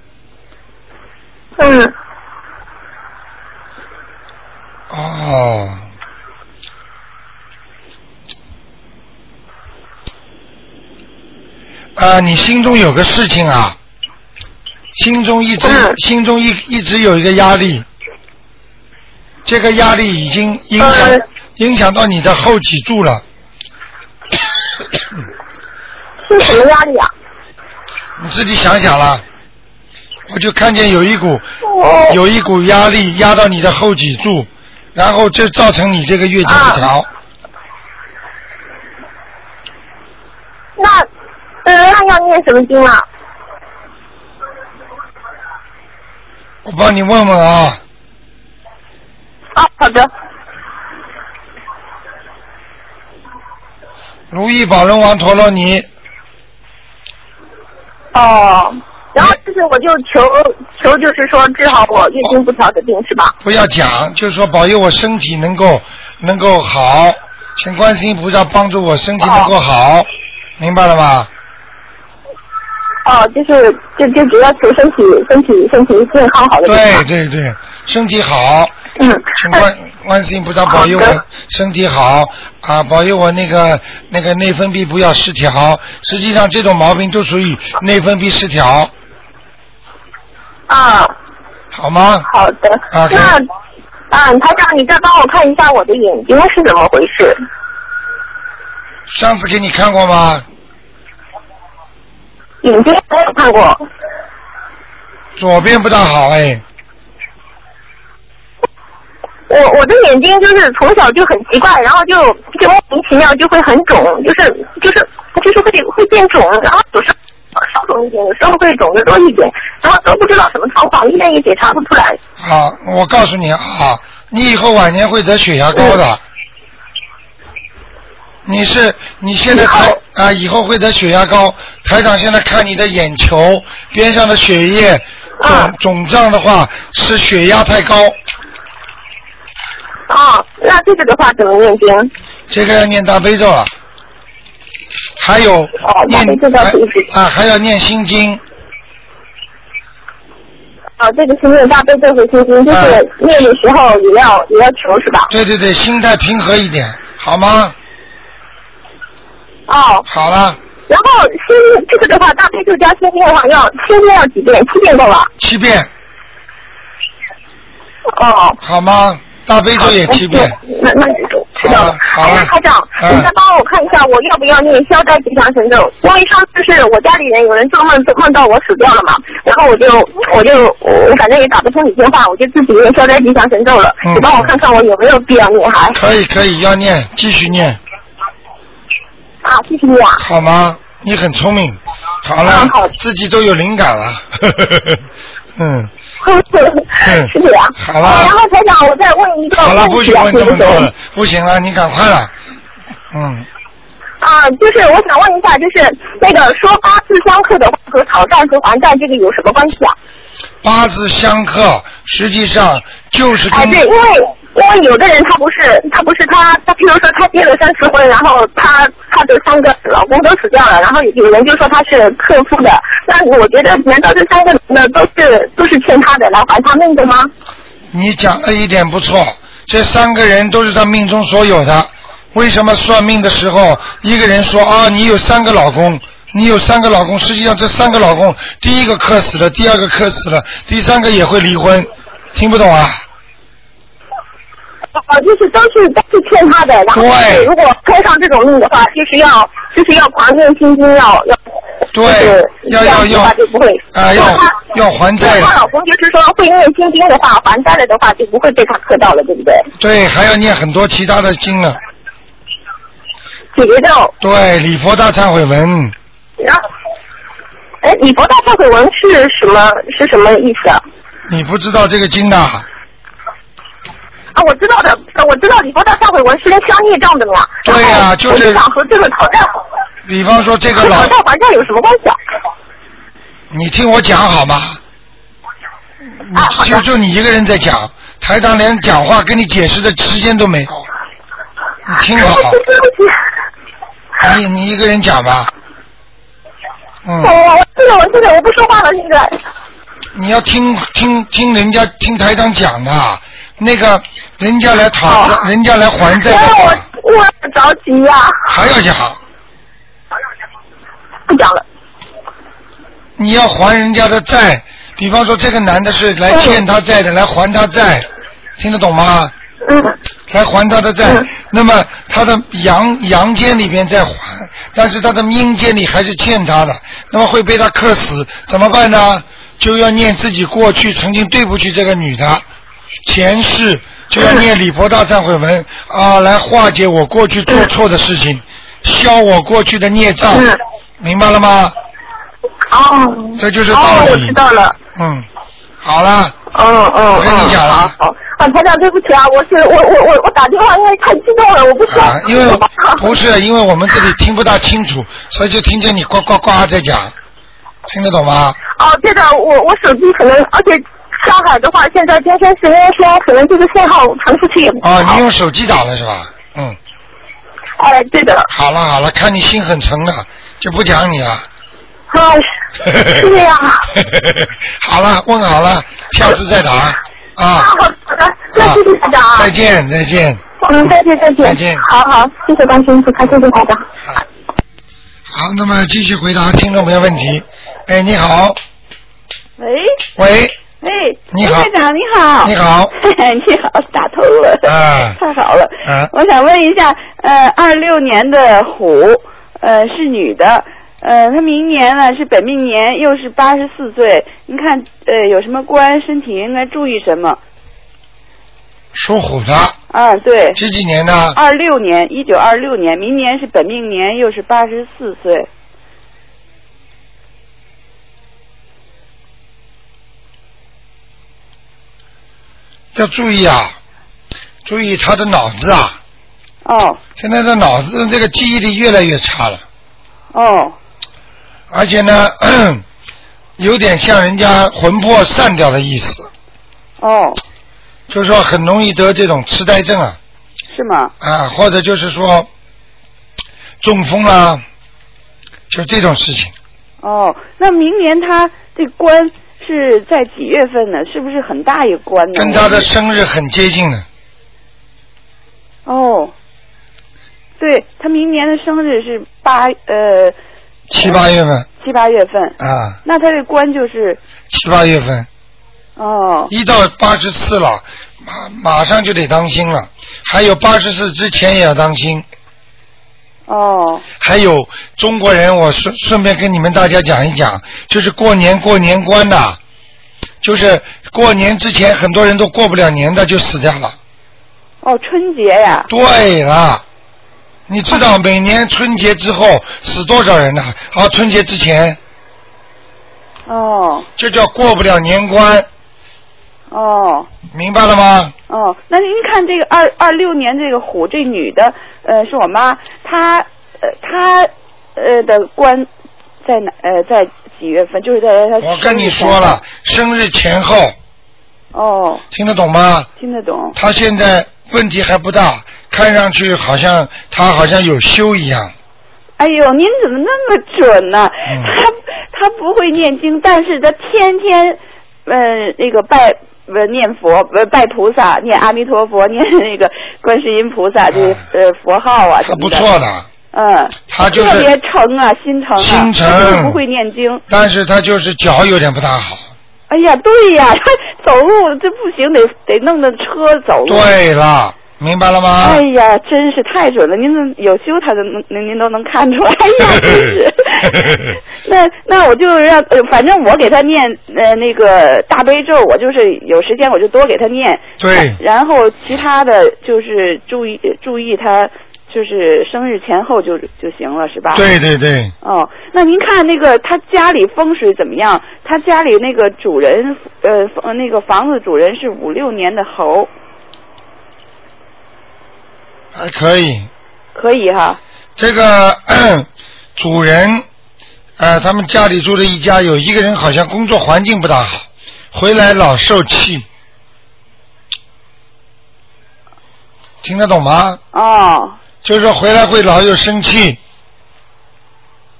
Speaker 7: 嗯，
Speaker 1: 哦，啊，你心中有个事情啊，心中一直、
Speaker 7: 嗯
Speaker 1: 心中一一直有一个压力，这个压力已经影响、
Speaker 7: 嗯
Speaker 1: 影响到你的后脊柱了，
Speaker 7: 是什么压力啊？
Speaker 1: 你自己想想啦。我就看见有一股
Speaker 7: 哦，
Speaker 1: 有一股压力压到你的后脊柱，然后就造成你这个月经不
Speaker 7: 啊
Speaker 1: 调。
Speaker 7: 那嗯，那要念什么经啊？
Speaker 1: 我帮你问问啊，
Speaker 7: 啊，好的。
Speaker 1: 如意宝轮王陀罗尼，
Speaker 7: 哦，然后就是我就求求，就是说治好我月经不调的病是吧？
Speaker 1: 不要讲，就说保佑我身体能够能够好，请观世音菩萨帮助我身体能够好，明白了吗？
Speaker 7: 哦，就是就就只要求身体身体身体健康好的病
Speaker 1: 对
Speaker 7: 吧。
Speaker 1: 对对，身体好，
Speaker 7: 嗯。啊
Speaker 1: 请观观世音菩萨保佑
Speaker 7: 好
Speaker 1: 我
Speaker 7: 的
Speaker 1: 身体好啊，保佑我那个那个内分泌不要失调。实际上这种毛病都属于内分泌失调，
Speaker 7: 啊，
Speaker 1: 好吗？
Speaker 7: 好的。
Speaker 1: OK
Speaker 7: 那啊，台长，你再帮我看一下我的眼睛是怎么回事？
Speaker 1: 上次给你看过吗？
Speaker 7: 眼睛没有看过。
Speaker 1: 左边不大好哎，
Speaker 7: 我我的眼睛就是从小就很奇怪，然后就就莫名其妙就会很肿，就是就是就是会会变肿，然后有时候少肿一点，有时候会肿的多一点，然后都不知道什么状况，医院也检查不出来。
Speaker 1: 好，我告诉你啊，你以后晚年会得血压高
Speaker 7: 嗯
Speaker 1: 的。你是你现在台啊，以后会得血压高。台长现在看你的眼球边上的血液
Speaker 7: 嗯
Speaker 1: 肿肿胀的话，是血压太高，
Speaker 7: 啊，那这个的话怎么念经？
Speaker 1: 这个要念大悲咒了。还有
Speaker 7: 哦大
Speaker 1: 念
Speaker 7: 悲咒倒是一直
Speaker 1: 还啊，还要念心经。
Speaker 7: 啊，这个是念大悲咒和心经，就是
Speaker 1: 嗯
Speaker 7: 念的时候也要也要求是吧？
Speaker 1: 对对对，心态平和一点，好吗？
Speaker 7: 哦，
Speaker 1: 好了，
Speaker 7: 然后心这个的话，大悲咒加心经的话要心经要几遍？七遍够了。
Speaker 1: 七遍，
Speaker 7: 哦。啊
Speaker 1: 好吗？大悲咒也七遍。
Speaker 7: 那那知道了。
Speaker 1: 好了好了
Speaker 7: 哎呀台长，
Speaker 1: 嗯
Speaker 7: 你再帮我看一下，我要不要念消灾吉祥神咒？因为上次是我家里人有人做梦做梦到我死掉了嘛，然后我就我就我反正也打不通你电话，我就自己念消灾吉祥神咒了。
Speaker 1: 嗯
Speaker 7: 你帮我看看我有没有必要念还？
Speaker 1: 可以可以，要念，继续念，
Speaker 7: 啊，谢谢你啊。
Speaker 1: 好吗？你很聪明，好了，
Speaker 7: 嗯好
Speaker 1: 自己都有灵感了， 嗯，
Speaker 7: 是的呀。
Speaker 1: 好吧
Speaker 7: 啊呃然后台长，我再问一一个
Speaker 1: 好了，不
Speaker 7: 问
Speaker 1: 许
Speaker 7: 题啊，
Speaker 1: 问
Speaker 7: 对
Speaker 1: 这么
Speaker 7: 不
Speaker 1: 多
Speaker 7: 对？
Speaker 1: 了，不行了，你赶快了。嗯，
Speaker 7: 啊，就是我想问一下，就是那个说八字相克的话和讨债和还债这个有什么关系啊？
Speaker 1: 八字相克，实际上就是
Speaker 7: 哎，
Speaker 1: 跟
Speaker 7: 对，因为因为有的人他不是他不是他他，譬如说他结了三次婚，然后他他的三个老公都死掉了，然后有人就说他是克夫的，那我觉得难道这三个男的都是都是欠他的来还他命的吗？
Speaker 1: 你讲的一点不错，这三个人都是他命中所有的。为什么算命的时候，一个人说啊，你有三个老公，你有三个老公，实际上这三个老公，第一个克死了，第二个克死了，第三个也会离婚，听不懂啊？
Speaker 7: 哦，就是都是都是欠他的，然后就是
Speaker 1: 对
Speaker 7: 如果碰上这种命的话，就是要就是要狂念心经，要要
Speaker 1: 对
Speaker 7: 就是，
Speaker 1: 要
Speaker 7: 这样
Speaker 1: 要
Speaker 7: 子的
Speaker 1: 要
Speaker 7: 话就不会
Speaker 1: 啊，
Speaker 7: 那
Speaker 1: 要
Speaker 7: 他
Speaker 1: 要还债啊
Speaker 7: 那她
Speaker 1: 的，
Speaker 7: 老公就是说会念心经的话，还债了的话就不会被他克到了，对不对？
Speaker 1: 对，还要念很多其他的经了，
Speaker 7: 解决掉。
Speaker 1: 对，礼佛大忏悔文，
Speaker 7: 然后，哎，李博大忏悔文是什么是什么意思啊？
Speaker 1: 你不知道这个经的，
Speaker 7: 啊，我知道的，呃我知道李博大忏悔文是跟消业障的嘛。
Speaker 1: 对呀
Speaker 7: 然后
Speaker 1: 就是
Speaker 7: 我就想和这个讨债，
Speaker 1: 比方说这个
Speaker 7: 和
Speaker 1: 老
Speaker 7: 讨债还债有什么关系啊？
Speaker 1: 你听我讲好吗？
Speaker 7: 啊好
Speaker 1: 你
Speaker 7: 的
Speaker 1: 就就你一个人在讲，台长连讲话跟你解释的时间都没有。你听好，
Speaker 7: 啊对不起，
Speaker 1: 你你一个人讲吧。嗯
Speaker 7: 我，哦我我记得我记得我不说话了，现在。
Speaker 1: 你要听听听人家听台长讲的，啊那个人家来讨债，人家来还债
Speaker 7: 哦哎
Speaker 1: 的话，
Speaker 7: 我我着急呀、
Speaker 1: 还要讲，
Speaker 7: 不讲了。
Speaker 1: 你要还人家的债。比方说，这个男的是来欠他债的，来还他债，听得懂吗？
Speaker 7: 嗯，
Speaker 1: 来还他的债，
Speaker 7: 嗯
Speaker 1: 那么他的阳阳间里边在还，但是他的阴间里还是欠他的，那么会被他克死，怎么办呢？就要念自己过去曾经对不起这个女的，前世就要念李婆大忏悔文
Speaker 7: 嗯
Speaker 1: 啊，来化解我过去做错的事情，消我过去的孽障，
Speaker 7: 嗯
Speaker 1: 明白了吗？
Speaker 7: 哦。
Speaker 1: 这就是道
Speaker 7: 哦，我
Speaker 1: 理
Speaker 7: 知。道了。
Speaker 1: 嗯，好了，
Speaker 7: 嗯嗯，
Speaker 1: 我跟你讲
Speaker 7: 啊
Speaker 1: 啊，
Speaker 7: 好，啊，台长，对不起啊，我是我我我我打电话因为太激动了，我不知道，
Speaker 1: 啊，因为 不是因为我们这里听不大清楚，所以就听见你呱呱呱在讲，听得懂吗？
Speaker 7: 哦，对的，我我手机可能，而且上海的话，现在今天是因为天，可能这个信号传出去也不
Speaker 1: 啊，
Speaker 7: 好。
Speaker 1: 你用手机打了是吧？嗯，
Speaker 7: 哎，对的，
Speaker 1: 好了好了，看你心很沉了，就不讲你了。
Speaker 7: 啊，是呀、啊。
Speaker 1: 好了，问好了，下次再打啊。
Speaker 7: 好的，那谢谢台长啊
Speaker 1: 再，见再见。
Speaker 7: 嗯，再见再见，
Speaker 1: 再见
Speaker 7: 好好，谢谢关心，不客气，谢谢台长。
Speaker 1: 啊好，那么继续回答听众朋友问题。哎，你好，
Speaker 8: 喂，
Speaker 1: 喂，
Speaker 8: 哎，
Speaker 1: 你
Speaker 8: 吴
Speaker 1: 好
Speaker 8: 台长你好，
Speaker 1: 你好，
Speaker 8: 你好，打通了，
Speaker 1: 啊
Speaker 8: 太好了，
Speaker 1: 啊
Speaker 8: 我想问一下，呃，二六年的虎，呃，是女的，呃，她明年呢是本命年，又是八十四岁，您看，呃，有什么关，身体应该注意什么？
Speaker 1: 属虎的，
Speaker 8: 啊，
Speaker 7: 哎
Speaker 8: 对，
Speaker 1: 几几年的？
Speaker 8: 二六年，一九二六年，明年是本命年，又是八十四岁，
Speaker 1: 要注意啊，注意他的脑子啊。
Speaker 8: 哦
Speaker 1: 现在的脑子这个记忆力越来越差了，
Speaker 8: 哦
Speaker 1: 而且呢， 有点像人家魂魄散掉的意思，
Speaker 8: 哦，
Speaker 1: 就是说很容易得这种痴呆症啊
Speaker 8: 是吗？
Speaker 1: 啊，或者就是说中风啦、就这种事情。
Speaker 8: 哦，那明年他这关是在几月份呢？是不是很大一个关呢？
Speaker 1: 跟他的生日很接近的，
Speaker 8: 哦，对他明年的生日是八呃
Speaker 1: 七八月份
Speaker 8: 七八月份，
Speaker 1: 啊，
Speaker 8: 那他这关就是
Speaker 1: 七八月份
Speaker 8: 哦
Speaker 1: 一到八十四了，马马上就得当心了，还有八十四之前也要当心。
Speaker 8: 哦
Speaker 1: 还有中国人，我顺顺便跟你们大家讲一讲，就是过年过年关的，就是过年之前很多人都过不了年的就死掉了。
Speaker 8: 哦春节呀，
Speaker 1: 对了，你知道每年春节之后死多少人呢、啊？春节之前
Speaker 8: 哦
Speaker 1: 就叫过不了年关，
Speaker 8: 哦
Speaker 1: 明白了吗？
Speaker 8: 哦，那您看这个二二六年这个虎这女的，呃，是我妈，她呃她呃的官在哪呃在几月份？就是在她
Speaker 1: 我哦跟你说了，生日前后
Speaker 8: 哦，
Speaker 1: 听得懂吗？
Speaker 8: 听得懂
Speaker 1: 他现在问题还不大，看上去好像他好像有修一样。
Speaker 8: 哎呦，您怎么那么准呢、
Speaker 1: 嗯
Speaker 8: 他他不会念经，但是他天天呃那个拜呃念佛呃拜菩萨，念阿弥陀佛，念那个观世音菩萨这些呃佛号啊
Speaker 1: 嗯
Speaker 8: 什
Speaker 1: 他
Speaker 8: 么
Speaker 1: 不
Speaker 8: 的。
Speaker 1: 错的，
Speaker 8: 嗯。
Speaker 1: 他就是
Speaker 8: 特别诚啊，心诚啊。
Speaker 1: 心诚
Speaker 8: 他就是不会念经。
Speaker 1: 但是他就是脚有点不大好。
Speaker 8: 哎呀，对呀， 他走路这不行，得得弄着车走路。
Speaker 1: 对了，明白了吗？
Speaker 8: 哦哎呀，真是太准了！您怎么有修他都能，您您都能看出来。哎呀，真 是。那那我就让，呃反正我给他念呃那个大悲咒，我就是有时间我就多给他念。
Speaker 1: 对
Speaker 8: 然后其他的就是注意呃注意他，就是生日前后就就行了，是吧？
Speaker 1: 对对对，
Speaker 8: 哦，那您看那个他家里风水怎么样？他家里那个主人，呃，呃那个房子主人是五六年的猴，
Speaker 1: 还呃可以。
Speaker 8: 可以哈？
Speaker 1: 这个 咳主人，呃，他们家里住的一家有一个人好像工作环境不大好，回来老受气，听得懂吗？
Speaker 8: 哦，
Speaker 1: 就是说回来会老有生气，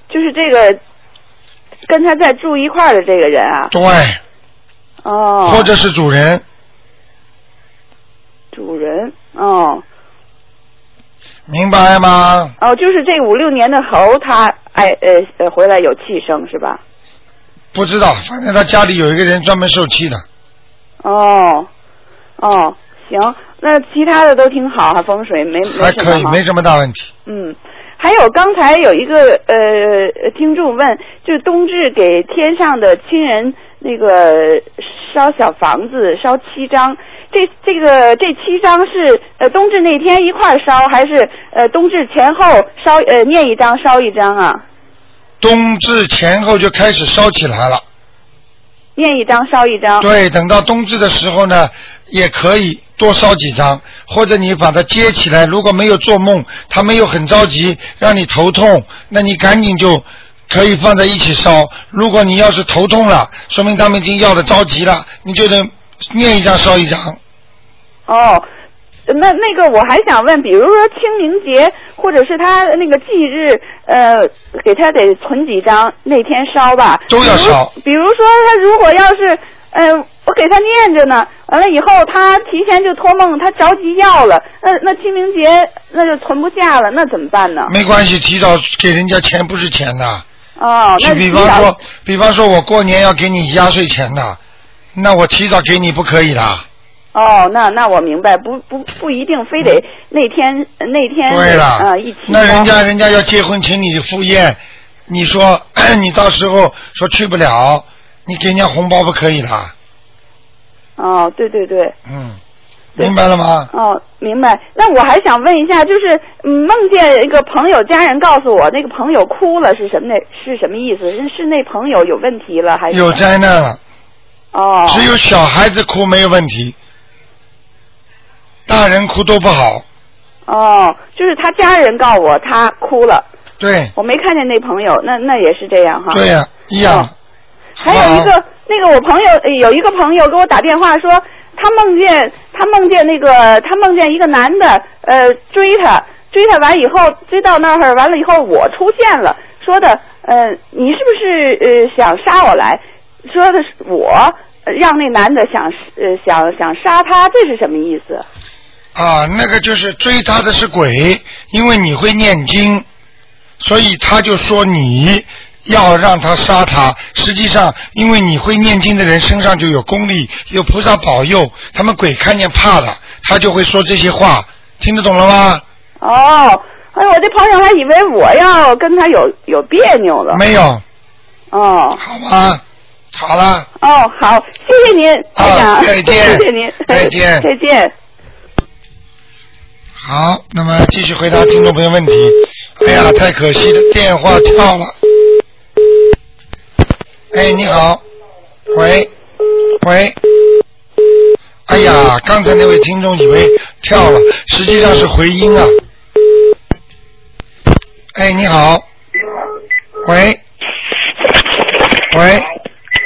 Speaker 8: 就是这个跟他在住一块儿的这个人啊，
Speaker 1: 对，
Speaker 8: 哦，
Speaker 1: 或者是主人，
Speaker 8: 主人，哦
Speaker 1: 明白吗？
Speaker 8: 哦，就是这五六年的猴，他哎呃呃回来有气生是吧？
Speaker 1: 不知道，反正他家里有一个人专门受气的，
Speaker 8: 哦哦，行，那其他的都挺好哈，风水没没
Speaker 1: 还
Speaker 8: 什么
Speaker 1: 可以，
Speaker 8: 哈
Speaker 1: 没什么大问题。
Speaker 8: 嗯，还有刚才有一个呃听众问，就是冬至给天上的亲人那个烧小房子烧七张，这这个这七张是呃冬至那天一块儿烧，还是呃冬至前后烧呃念一张烧一张啊？
Speaker 1: 冬至前后就开始烧起来了，
Speaker 8: 念一张烧一张。
Speaker 1: 对，等到冬至的时候呢，也可以多烧几张，或者你把它接起来。如果没有做梦，它没有很着急，让你头痛，那你赶紧就可以放在一起烧。如果你要是头痛了，说明他们已经要的着急了，你就得念一张烧一张。
Speaker 8: 哦，那那个我还想问，比如说清明节或者是他那个忌日，呃，给他得存几张，那天烧吧。
Speaker 1: 都要烧
Speaker 8: 比如。比如说他如果要是，呃，我给他念着呢，完了以后他提前就托梦，他着急要了，那那清明节那就存不下了，那怎么办呢？
Speaker 1: 没关系，提早给人家钱不是钱的。
Speaker 8: 哦，那
Speaker 1: 就比
Speaker 8: 提
Speaker 1: 方
Speaker 8: 早
Speaker 1: 说，比方说我过年要给你压岁钱的，那我提早给你不可以的。
Speaker 8: 哦，那那我明白，不不不一定非得那天那天
Speaker 1: 嗯对了，
Speaker 8: 呃一起烧。
Speaker 1: 那人家人家要结婚，请你赴宴，你说你到时候说去不了，你给人家红包不可以的，
Speaker 8: 哦，对对对。
Speaker 1: 嗯，明白了吗？
Speaker 8: 哦，明白。那我还想问一下，就是嗯，梦见一个朋友，家人告诉我那个朋友哭了，是什么那是什么意思？是是那朋友有问题了还是？
Speaker 1: 有灾难了，
Speaker 8: 哎哦
Speaker 1: 只有小孩子哭没有问题，大人哭都不好。
Speaker 8: 哦，就是他家人告我他哭了，
Speaker 1: 对
Speaker 8: 我没看见那朋友，那那也是这样哈。哦
Speaker 1: 对呀、一样。哦
Speaker 8: 还有一个那个我朋友呃有一个朋友给我打电话说，他梦见他梦见那个他梦见一个男的呃追他追他完以后追到那儿完了以后我出现了，说的呃你是不是呃想杀我来？说的是我呃让那男的想呃想想杀他，这是什么意思？
Speaker 1: 啊，那个就是追他的是鬼，因为你会念经，所以他就说你要让他杀他。实际上，因为你会念经的人身上就有功力，有菩萨保佑，他们鬼看见怕了，他就会说这些话。听得懂了吗？
Speaker 8: 哦，哎，我这朋友还以为我要跟他有有别扭了。
Speaker 1: 没有，
Speaker 8: 哦
Speaker 1: 好吗？好了，
Speaker 8: 哦，好，谢谢您，
Speaker 1: 啊
Speaker 8: 台长，
Speaker 1: 再见
Speaker 8: 谢谢您，
Speaker 1: 再见
Speaker 8: 再见。
Speaker 1: 好，那么继续回答听众朋友问题。哎呀，太可惜了，电话跳了。哎，你好，喂，喂，哎呀，刚才那位听众以为跳了，实际上是回音啊。哎，你好。喂。喂，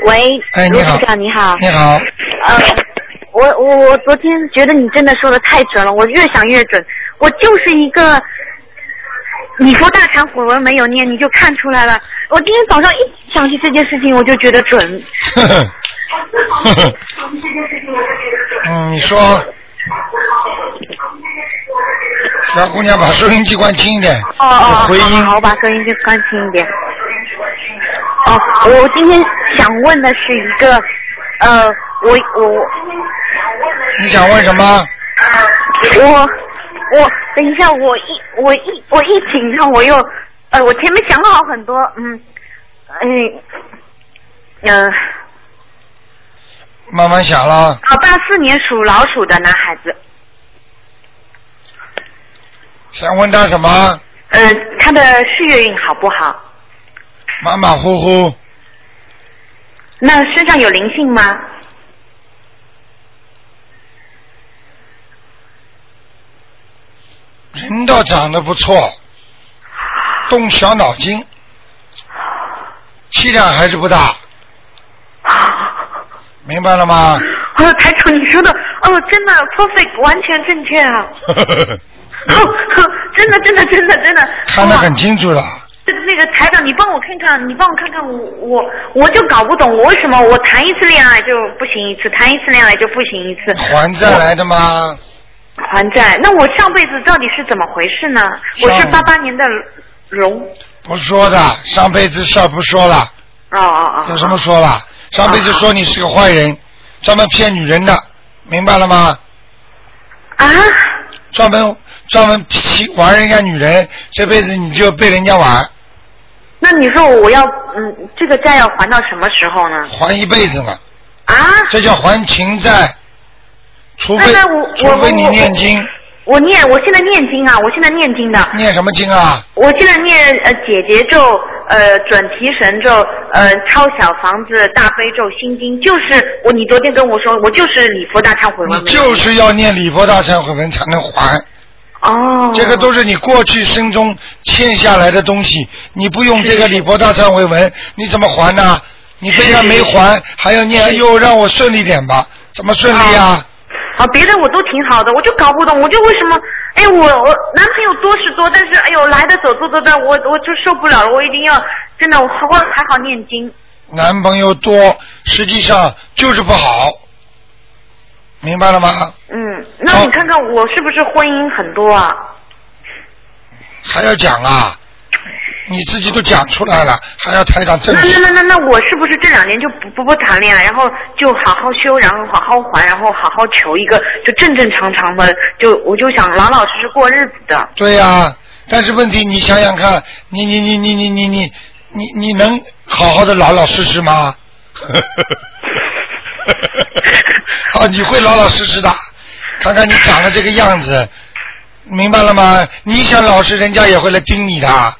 Speaker 7: 喂，
Speaker 1: 哎
Speaker 7: 卢
Speaker 1: 你好
Speaker 7: 局长你好，
Speaker 1: 你好。
Speaker 7: 呃， 我我我昨天觉得你真的说的太准了，我越想越准，我就是一个，你说大肠悔文没有念，你就看出来了。我今天早上一想起这件事情，我就觉得准。
Speaker 1: 呵
Speaker 4: 哦
Speaker 1: 呵呵呵嗯，你 说。小姑娘，把收音机关轻一点。
Speaker 7: 哦哦，好
Speaker 1: 回音
Speaker 7: 好好，我把收音机关轻一点。哦，我今天想问的是一个，呃，我我
Speaker 1: 你想问什么？
Speaker 7: 我我等一下，我一我一我一紧张，我又呃，我前面想好很多，嗯嗯嗯，
Speaker 1: 慢慢想了。
Speaker 7: 啊，八四年属老鼠的男孩子，
Speaker 1: 想问他什么？
Speaker 7: 嗯、他的事业运好不好？
Speaker 1: 马马虎虎，
Speaker 7: 那身上有灵性吗？
Speaker 1: 人倒长得不错，动小脑筋，气量还是不大。明白了吗？
Speaker 7: 哦，台主，你说的哦，真的 perfect，完全正确啊！
Speaker 1: 嗯
Speaker 7: 哦、 真的，真的，真的，真的，
Speaker 1: 看得
Speaker 7: 哇
Speaker 1: 很清楚了。
Speaker 7: 那个台长，你帮我看看，你帮我看看，我我我就搞不懂，我为什么我谈一次恋爱就不行一次，谈一次恋爱就不行一次，
Speaker 1: 还债来的吗？
Speaker 7: 还债？那我上辈子到底是怎么回事呢？我是
Speaker 1: 上
Speaker 7: 八八年的龙，
Speaker 1: 不说的，上辈子事儿不说了，
Speaker 7: 哦哦
Speaker 1: 有什么说了？上辈子说你是个坏人，专门骗女人的，明白了吗？
Speaker 7: 啊？
Speaker 1: 专门专门欺玩人家女人，这辈子你就被人家玩，
Speaker 7: 哦，那你说我要嗯，这个债要还到什么时候呢？
Speaker 1: 还一辈子呢。
Speaker 7: 啊？
Speaker 1: 这叫还情债，除非
Speaker 7: 那那我
Speaker 1: 除非你
Speaker 7: 我
Speaker 1: 念经，
Speaker 7: 我念，我现在念经啊，我现在念经的，
Speaker 1: 念什么经啊？
Speaker 7: 我现在念呃姐姐咒、呃准提神咒、呃超小房子大悲咒、心经，就是我你昨天跟我说，我就是礼佛大忏悔文
Speaker 1: 你
Speaker 7: 没有。
Speaker 1: 就是要念礼佛大忏悔文才能还。
Speaker 7: 哦，
Speaker 1: 这个都是你过去生中欠下来的东西，你不用这个礼佛大忏悔文，你怎么还呢、你非但没还，还要念，哎呦，让我顺利点吧，怎么顺利啊？
Speaker 7: 啊，别的我都挺好的，我就搞不懂，我就为什么，哎，我我男朋友多是多，但是哎呦来的走做的到，我我就受不了了，我一定要真的，我我还好念经。
Speaker 1: 男朋友多，实际上就是不好，明白了吗？
Speaker 7: 嗯，那
Speaker 1: 哦
Speaker 7: 你看看我是不是婚姻很多啊？
Speaker 1: 还要讲啊？你自己都讲出来了，还要台长证
Speaker 7: 那
Speaker 1: 明
Speaker 7: 那？那那那我是不是这两年就不不不谈恋爱，然后就好好修，然后好好还，然后好好求一个就正正常常的，就我就想老老实实过日子的。
Speaker 1: 对呀、但是问题你想想看，你你你你你你你你你能好好的老老实实吗？ 啊，你会老老实实的，看看你长得这个样子，明白了吗？你想老实，人家也会来盯你的，
Speaker 7: 啊，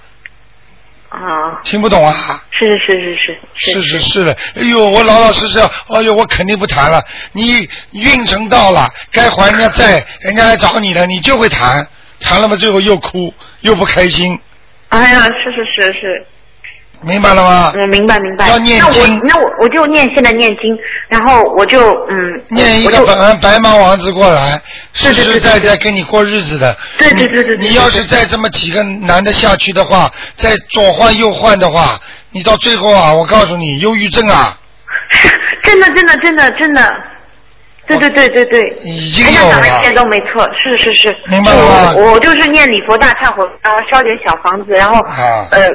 Speaker 1: 听不懂啊？
Speaker 7: 是是是是
Speaker 1: 是是是的，哎呦，我老老实实，哎呦，我肯定不谈了。你运程到了，该还人家债，人家来找你了，你就会谈，谈了嘛，最后又哭又不开心，
Speaker 7: 哎呀，是是是是，
Speaker 1: 明白了吗？
Speaker 7: 我明白明白。
Speaker 1: 要念经
Speaker 7: 那我那我我就念现在念经，然后我就嗯，
Speaker 1: 念一
Speaker 7: 我
Speaker 1: 个
Speaker 7: 就
Speaker 1: 白呃白马王子过来，实
Speaker 7: 对
Speaker 1: 实
Speaker 7: 对对对
Speaker 1: 在在跟你过日子的。
Speaker 7: 对对对对对
Speaker 1: 你你要是再这么几个男的下去的话，再左换右换的话，你到最后啊，我告诉你，忧郁症啊，
Speaker 7: 真的真的真的真的，对对对对对。
Speaker 1: 哦已
Speaker 7: 哎
Speaker 1: 经
Speaker 7: 呀，
Speaker 1: 有
Speaker 7: 咱们现在
Speaker 1: 了。
Speaker 7: 都没错，是是是。
Speaker 1: 明白了吗
Speaker 7: 就我我就是念礼佛大忏悔，然后烧点小房子，然后、
Speaker 1: 啊
Speaker 7: 呃，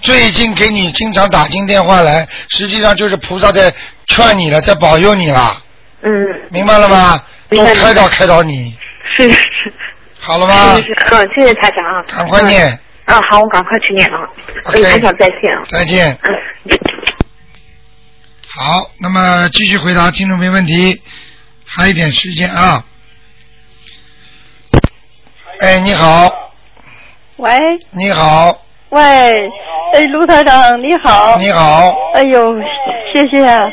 Speaker 1: 最近给你经常打进电话来，实际上就是菩萨在劝你了，在保佑你了，
Speaker 7: 嗯，
Speaker 1: 明白了吗？
Speaker 7: 明
Speaker 1: 都
Speaker 7: 白
Speaker 1: 开导开导你，
Speaker 7: 是是是。
Speaker 1: 好了吗
Speaker 7: 是？是，嗯，谢谢台长啊！
Speaker 1: 赶快念，
Speaker 7: 嗯。啊，好，我赶快去念啊！
Speaker 1: OK
Speaker 7: 嗯，台长再见啊！
Speaker 1: 再见。
Speaker 7: 嗯。
Speaker 1: 好，那么继续回答听众朋友问题，还有一点时间啊。哎，你好，
Speaker 9: 喂
Speaker 1: 你好，
Speaker 9: 喂，哎，卢台长你好，
Speaker 1: 你好，
Speaker 9: 哎呦，谢谢啊，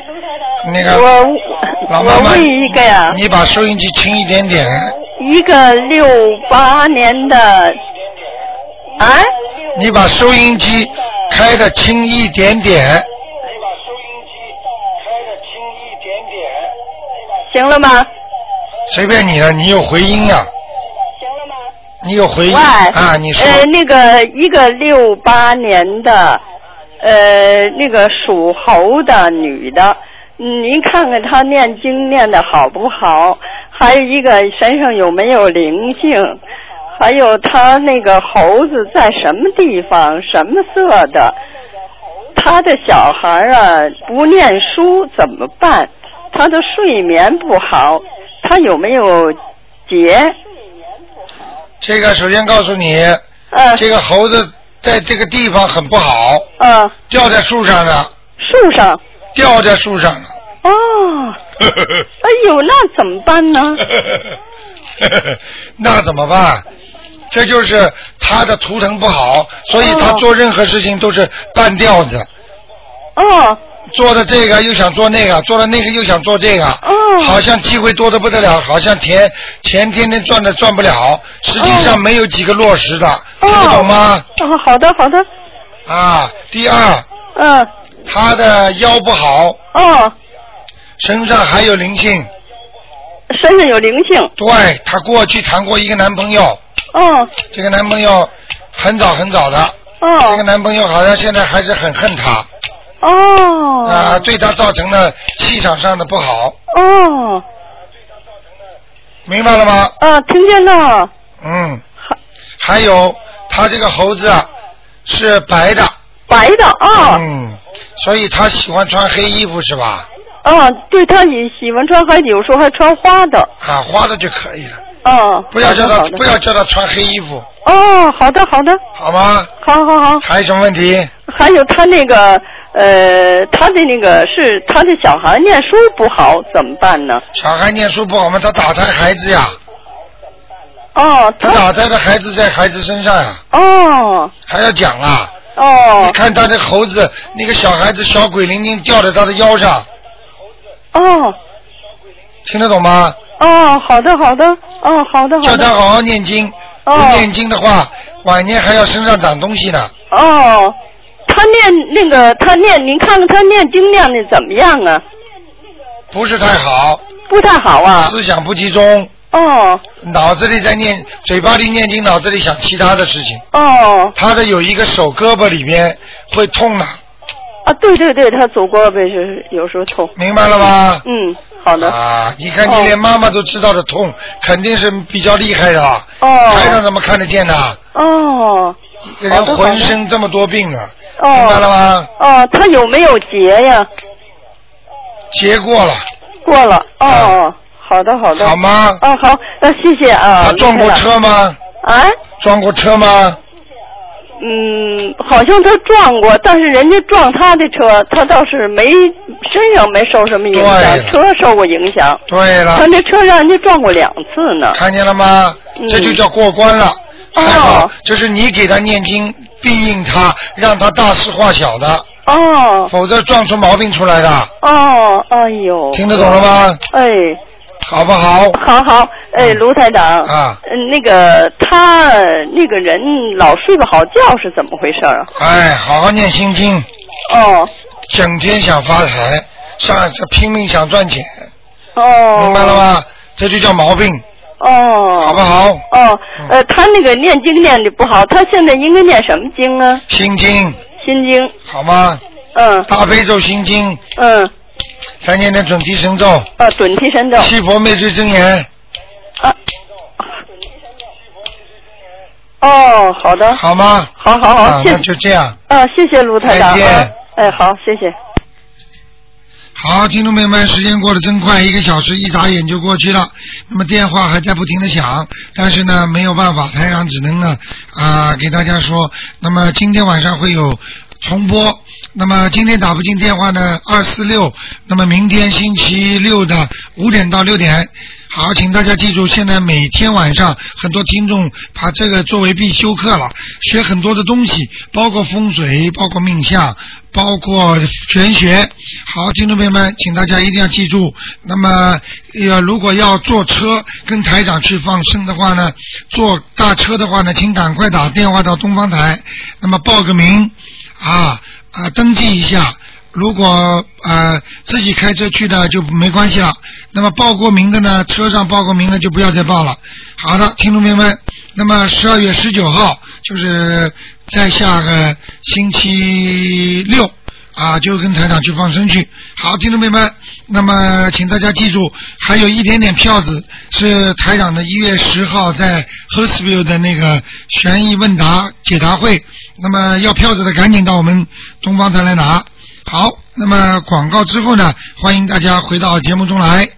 Speaker 1: 那个
Speaker 9: 我
Speaker 1: 老妈妈，
Speaker 9: 我问一个呀
Speaker 1: 你把收音机轻一点点，
Speaker 9: 一个六八年的，啊，
Speaker 1: 你把收音机开的轻一点点，
Speaker 9: 行了吗？
Speaker 1: 随便你了，你有回音呀、你有回音
Speaker 9: 喂
Speaker 1: 啊？你说、
Speaker 9: 呃，那个一个六八年的，呃，那个属猴的女的，嗯您看看她念经念的好不好？还有一个身上有没有灵性？还有她那个猴子在什么地方，什么色的？她的小孩儿啊不念书怎么办？她的睡眠不好，她有没有结？
Speaker 1: 这个首先告诉你，这个猴子在这个地方很不好，
Speaker 9: 嗯，
Speaker 1: 掉在树上了，
Speaker 9: 树上，
Speaker 1: 掉在树上了，
Speaker 9: 哦，哎呦，那怎么办呢？
Speaker 1: 那怎么办？这就是他的图腾不好，所以他做任何事情都是半吊子。
Speaker 9: 哦。
Speaker 1: 做的这个又想做那个，做了那个又想做这个，
Speaker 9: 哦
Speaker 1: 好像机会多的不得了，好像钱钱天天赚的赚不了，实际上没有几个落实的，听不懂吗？
Speaker 9: 哦，好的好的。
Speaker 1: 啊，第二，
Speaker 9: 嗯，
Speaker 1: 他的腰不好，
Speaker 9: 哦，
Speaker 1: 身上还有灵性，
Speaker 9: 身上有灵性。
Speaker 1: 对，她过去谈过一个男朋友，
Speaker 9: 哦，
Speaker 1: 这个男朋友很早很早的，
Speaker 9: 哦，
Speaker 1: 这个男朋友好像现在还是很恨她，啊、
Speaker 9: 哦，
Speaker 1: 对她造成了气场上的不好，
Speaker 9: 哦，
Speaker 1: 明白了吗？
Speaker 9: 啊，听见了。
Speaker 1: 嗯，还有她这个猴子啊，是白的，
Speaker 9: 白的啊，
Speaker 1: 嗯，所以她喜欢穿黑衣服是吧？
Speaker 9: 啊，对她也喜欢穿，还有时候还穿花的。
Speaker 1: 啊，花的就可以了，
Speaker 9: 哦，
Speaker 1: 不要叫她
Speaker 9: 好的
Speaker 1: 不要叫她穿黑衣服，
Speaker 9: 哦，好的好的，
Speaker 1: 好吗？
Speaker 9: 好好好。
Speaker 1: 还有什么问题？
Speaker 9: 还有她那个呃，她的那个是她的小孩念书不好怎么办呢？
Speaker 1: 小孩念书不好吗？他打胎孩子呀，
Speaker 9: 哦，
Speaker 1: 他打胎的孩子在孩子身上呀，
Speaker 9: 哦
Speaker 1: 还要讲啊。
Speaker 9: 哦
Speaker 1: 你看他的猴子，那个小孩子小鬼灵精吊在他的腰上，
Speaker 9: 哦
Speaker 1: 听得懂吗？
Speaker 9: 哦，好的好的，哦好的
Speaker 1: 叫他
Speaker 9: 好的，
Speaker 1: 好好念经，
Speaker 9: 哦
Speaker 1: 不念经的话，晚年还要身上长东西呢。
Speaker 9: 哦，她念那个她念，您看看她念经念的怎么样啊？
Speaker 1: 不是太好，
Speaker 9: 不太好啊。
Speaker 1: 思想不集中，
Speaker 9: 哦
Speaker 1: 脑子里在念，嘴巴里念经，脑子里想其他的事情。
Speaker 9: 哦
Speaker 1: 他的有一个手胳膊里边会痛的，
Speaker 9: 啊，对对对，她左胳膊是有时候痛。
Speaker 1: 明白了吗？
Speaker 9: 嗯，好的。
Speaker 1: 啊，你看
Speaker 9: 哦
Speaker 1: 你连妈妈都知道的痛，肯定是比较厉害的了。
Speaker 9: 哦
Speaker 1: 台上怎么看得见呢？
Speaker 9: 哦
Speaker 1: 一个人浑身这么多病呢，
Speaker 9: 哦，
Speaker 1: 明白了吗？
Speaker 9: 哦，她有没有结哎呀？
Speaker 1: 结过了，嗯
Speaker 9: 过了。哦，好的好的。
Speaker 1: 好吗？
Speaker 9: 哦，好，那谢谢啊。
Speaker 1: 他撞过车吗？
Speaker 9: 啊，
Speaker 1: 撞过车吗？
Speaker 9: 嗯，好像他撞过，但是人家撞他的车，他倒是没身上没受什么影响，
Speaker 1: 对
Speaker 9: 车受过影响。
Speaker 1: 对了
Speaker 9: 他，那车让人家撞过两次呢。
Speaker 1: 看见了吗？
Speaker 9: 嗯
Speaker 1: 这就叫过关了。还好
Speaker 9: 哦，
Speaker 1: 这是你给他念经，庇应他，让他大事化小的，
Speaker 9: 哦
Speaker 1: 否则撞出毛病出来的，
Speaker 9: 哦，哎呦！
Speaker 1: 听得懂了？吗？
Speaker 9: 哎，
Speaker 1: 好不好？嗯
Speaker 9: 好好，哎，卢台长，
Speaker 1: 啊，
Speaker 9: 嗯，那个他那个人老睡不好觉是怎么回事啊？
Speaker 1: 哎，好好念心经。
Speaker 9: 哦
Speaker 1: 整天想发财，上这拼命想赚钱，
Speaker 9: 哦，
Speaker 1: 明白了？吗？这就叫毛病，
Speaker 9: 哦，
Speaker 1: 好不好？嗯
Speaker 9: 哦，呃，他那个念经念的不好，他现在应该念什么经啊？
Speaker 1: 心经，
Speaker 9: 心经，
Speaker 1: 好吗？
Speaker 9: 嗯
Speaker 1: 大悲咒心经，
Speaker 9: 嗯，
Speaker 1: 三千年准提神咒，
Speaker 9: 啊，准提神咒，啊
Speaker 1: 七佛灭罪真言，
Speaker 9: 哦，好的，
Speaker 1: 好吗？
Speaker 9: 好好
Speaker 1: 啊
Speaker 9: 好，，谢
Speaker 1: 那，就这样。
Speaker 9: 啊，谢谢卢台长，
Speaker 1: 再见
Speaker 9: 啊哎，好，谢谢。
Speaker 1: 好，听众朋友们，时间过得真快，一个小时一眨眼就过去了。那么电话还在不停的响，但是呢，没有办法，台长只能呢啊、给大家说，那么今天晚上会有重播。那么今天打不进电话呢，二四六。那么明天星期六的五点到六点，好，请大家记住，现在每天晚上很多听众把这个作为必修课了，学很多的东西，包括风水，包括命相，包括玄学。好，听众朋友们，请大家一定要记住。那么，呃，如果要坐车跟台长去放生的话呢，坐大车的话呢，请赶快打电话到东方台，那么报个名啊啊，登记一下。如果呃自己开车去的就没关系了，那么报过名的呢，车上报过名的就不要再报了。好的，听众朋友们，那么十二月十九号就是在下个星期六啊，就跟台长去放生去。好，听众朋友们，那么请大家记住，还有一点点票子是台长的一月十号在 h e r s v i l l e 的那个悬疑问答解答会，那么要票子的赶紧到我们东方台来拿。好，那么广告之后呢，欢迎大家回到节目中来。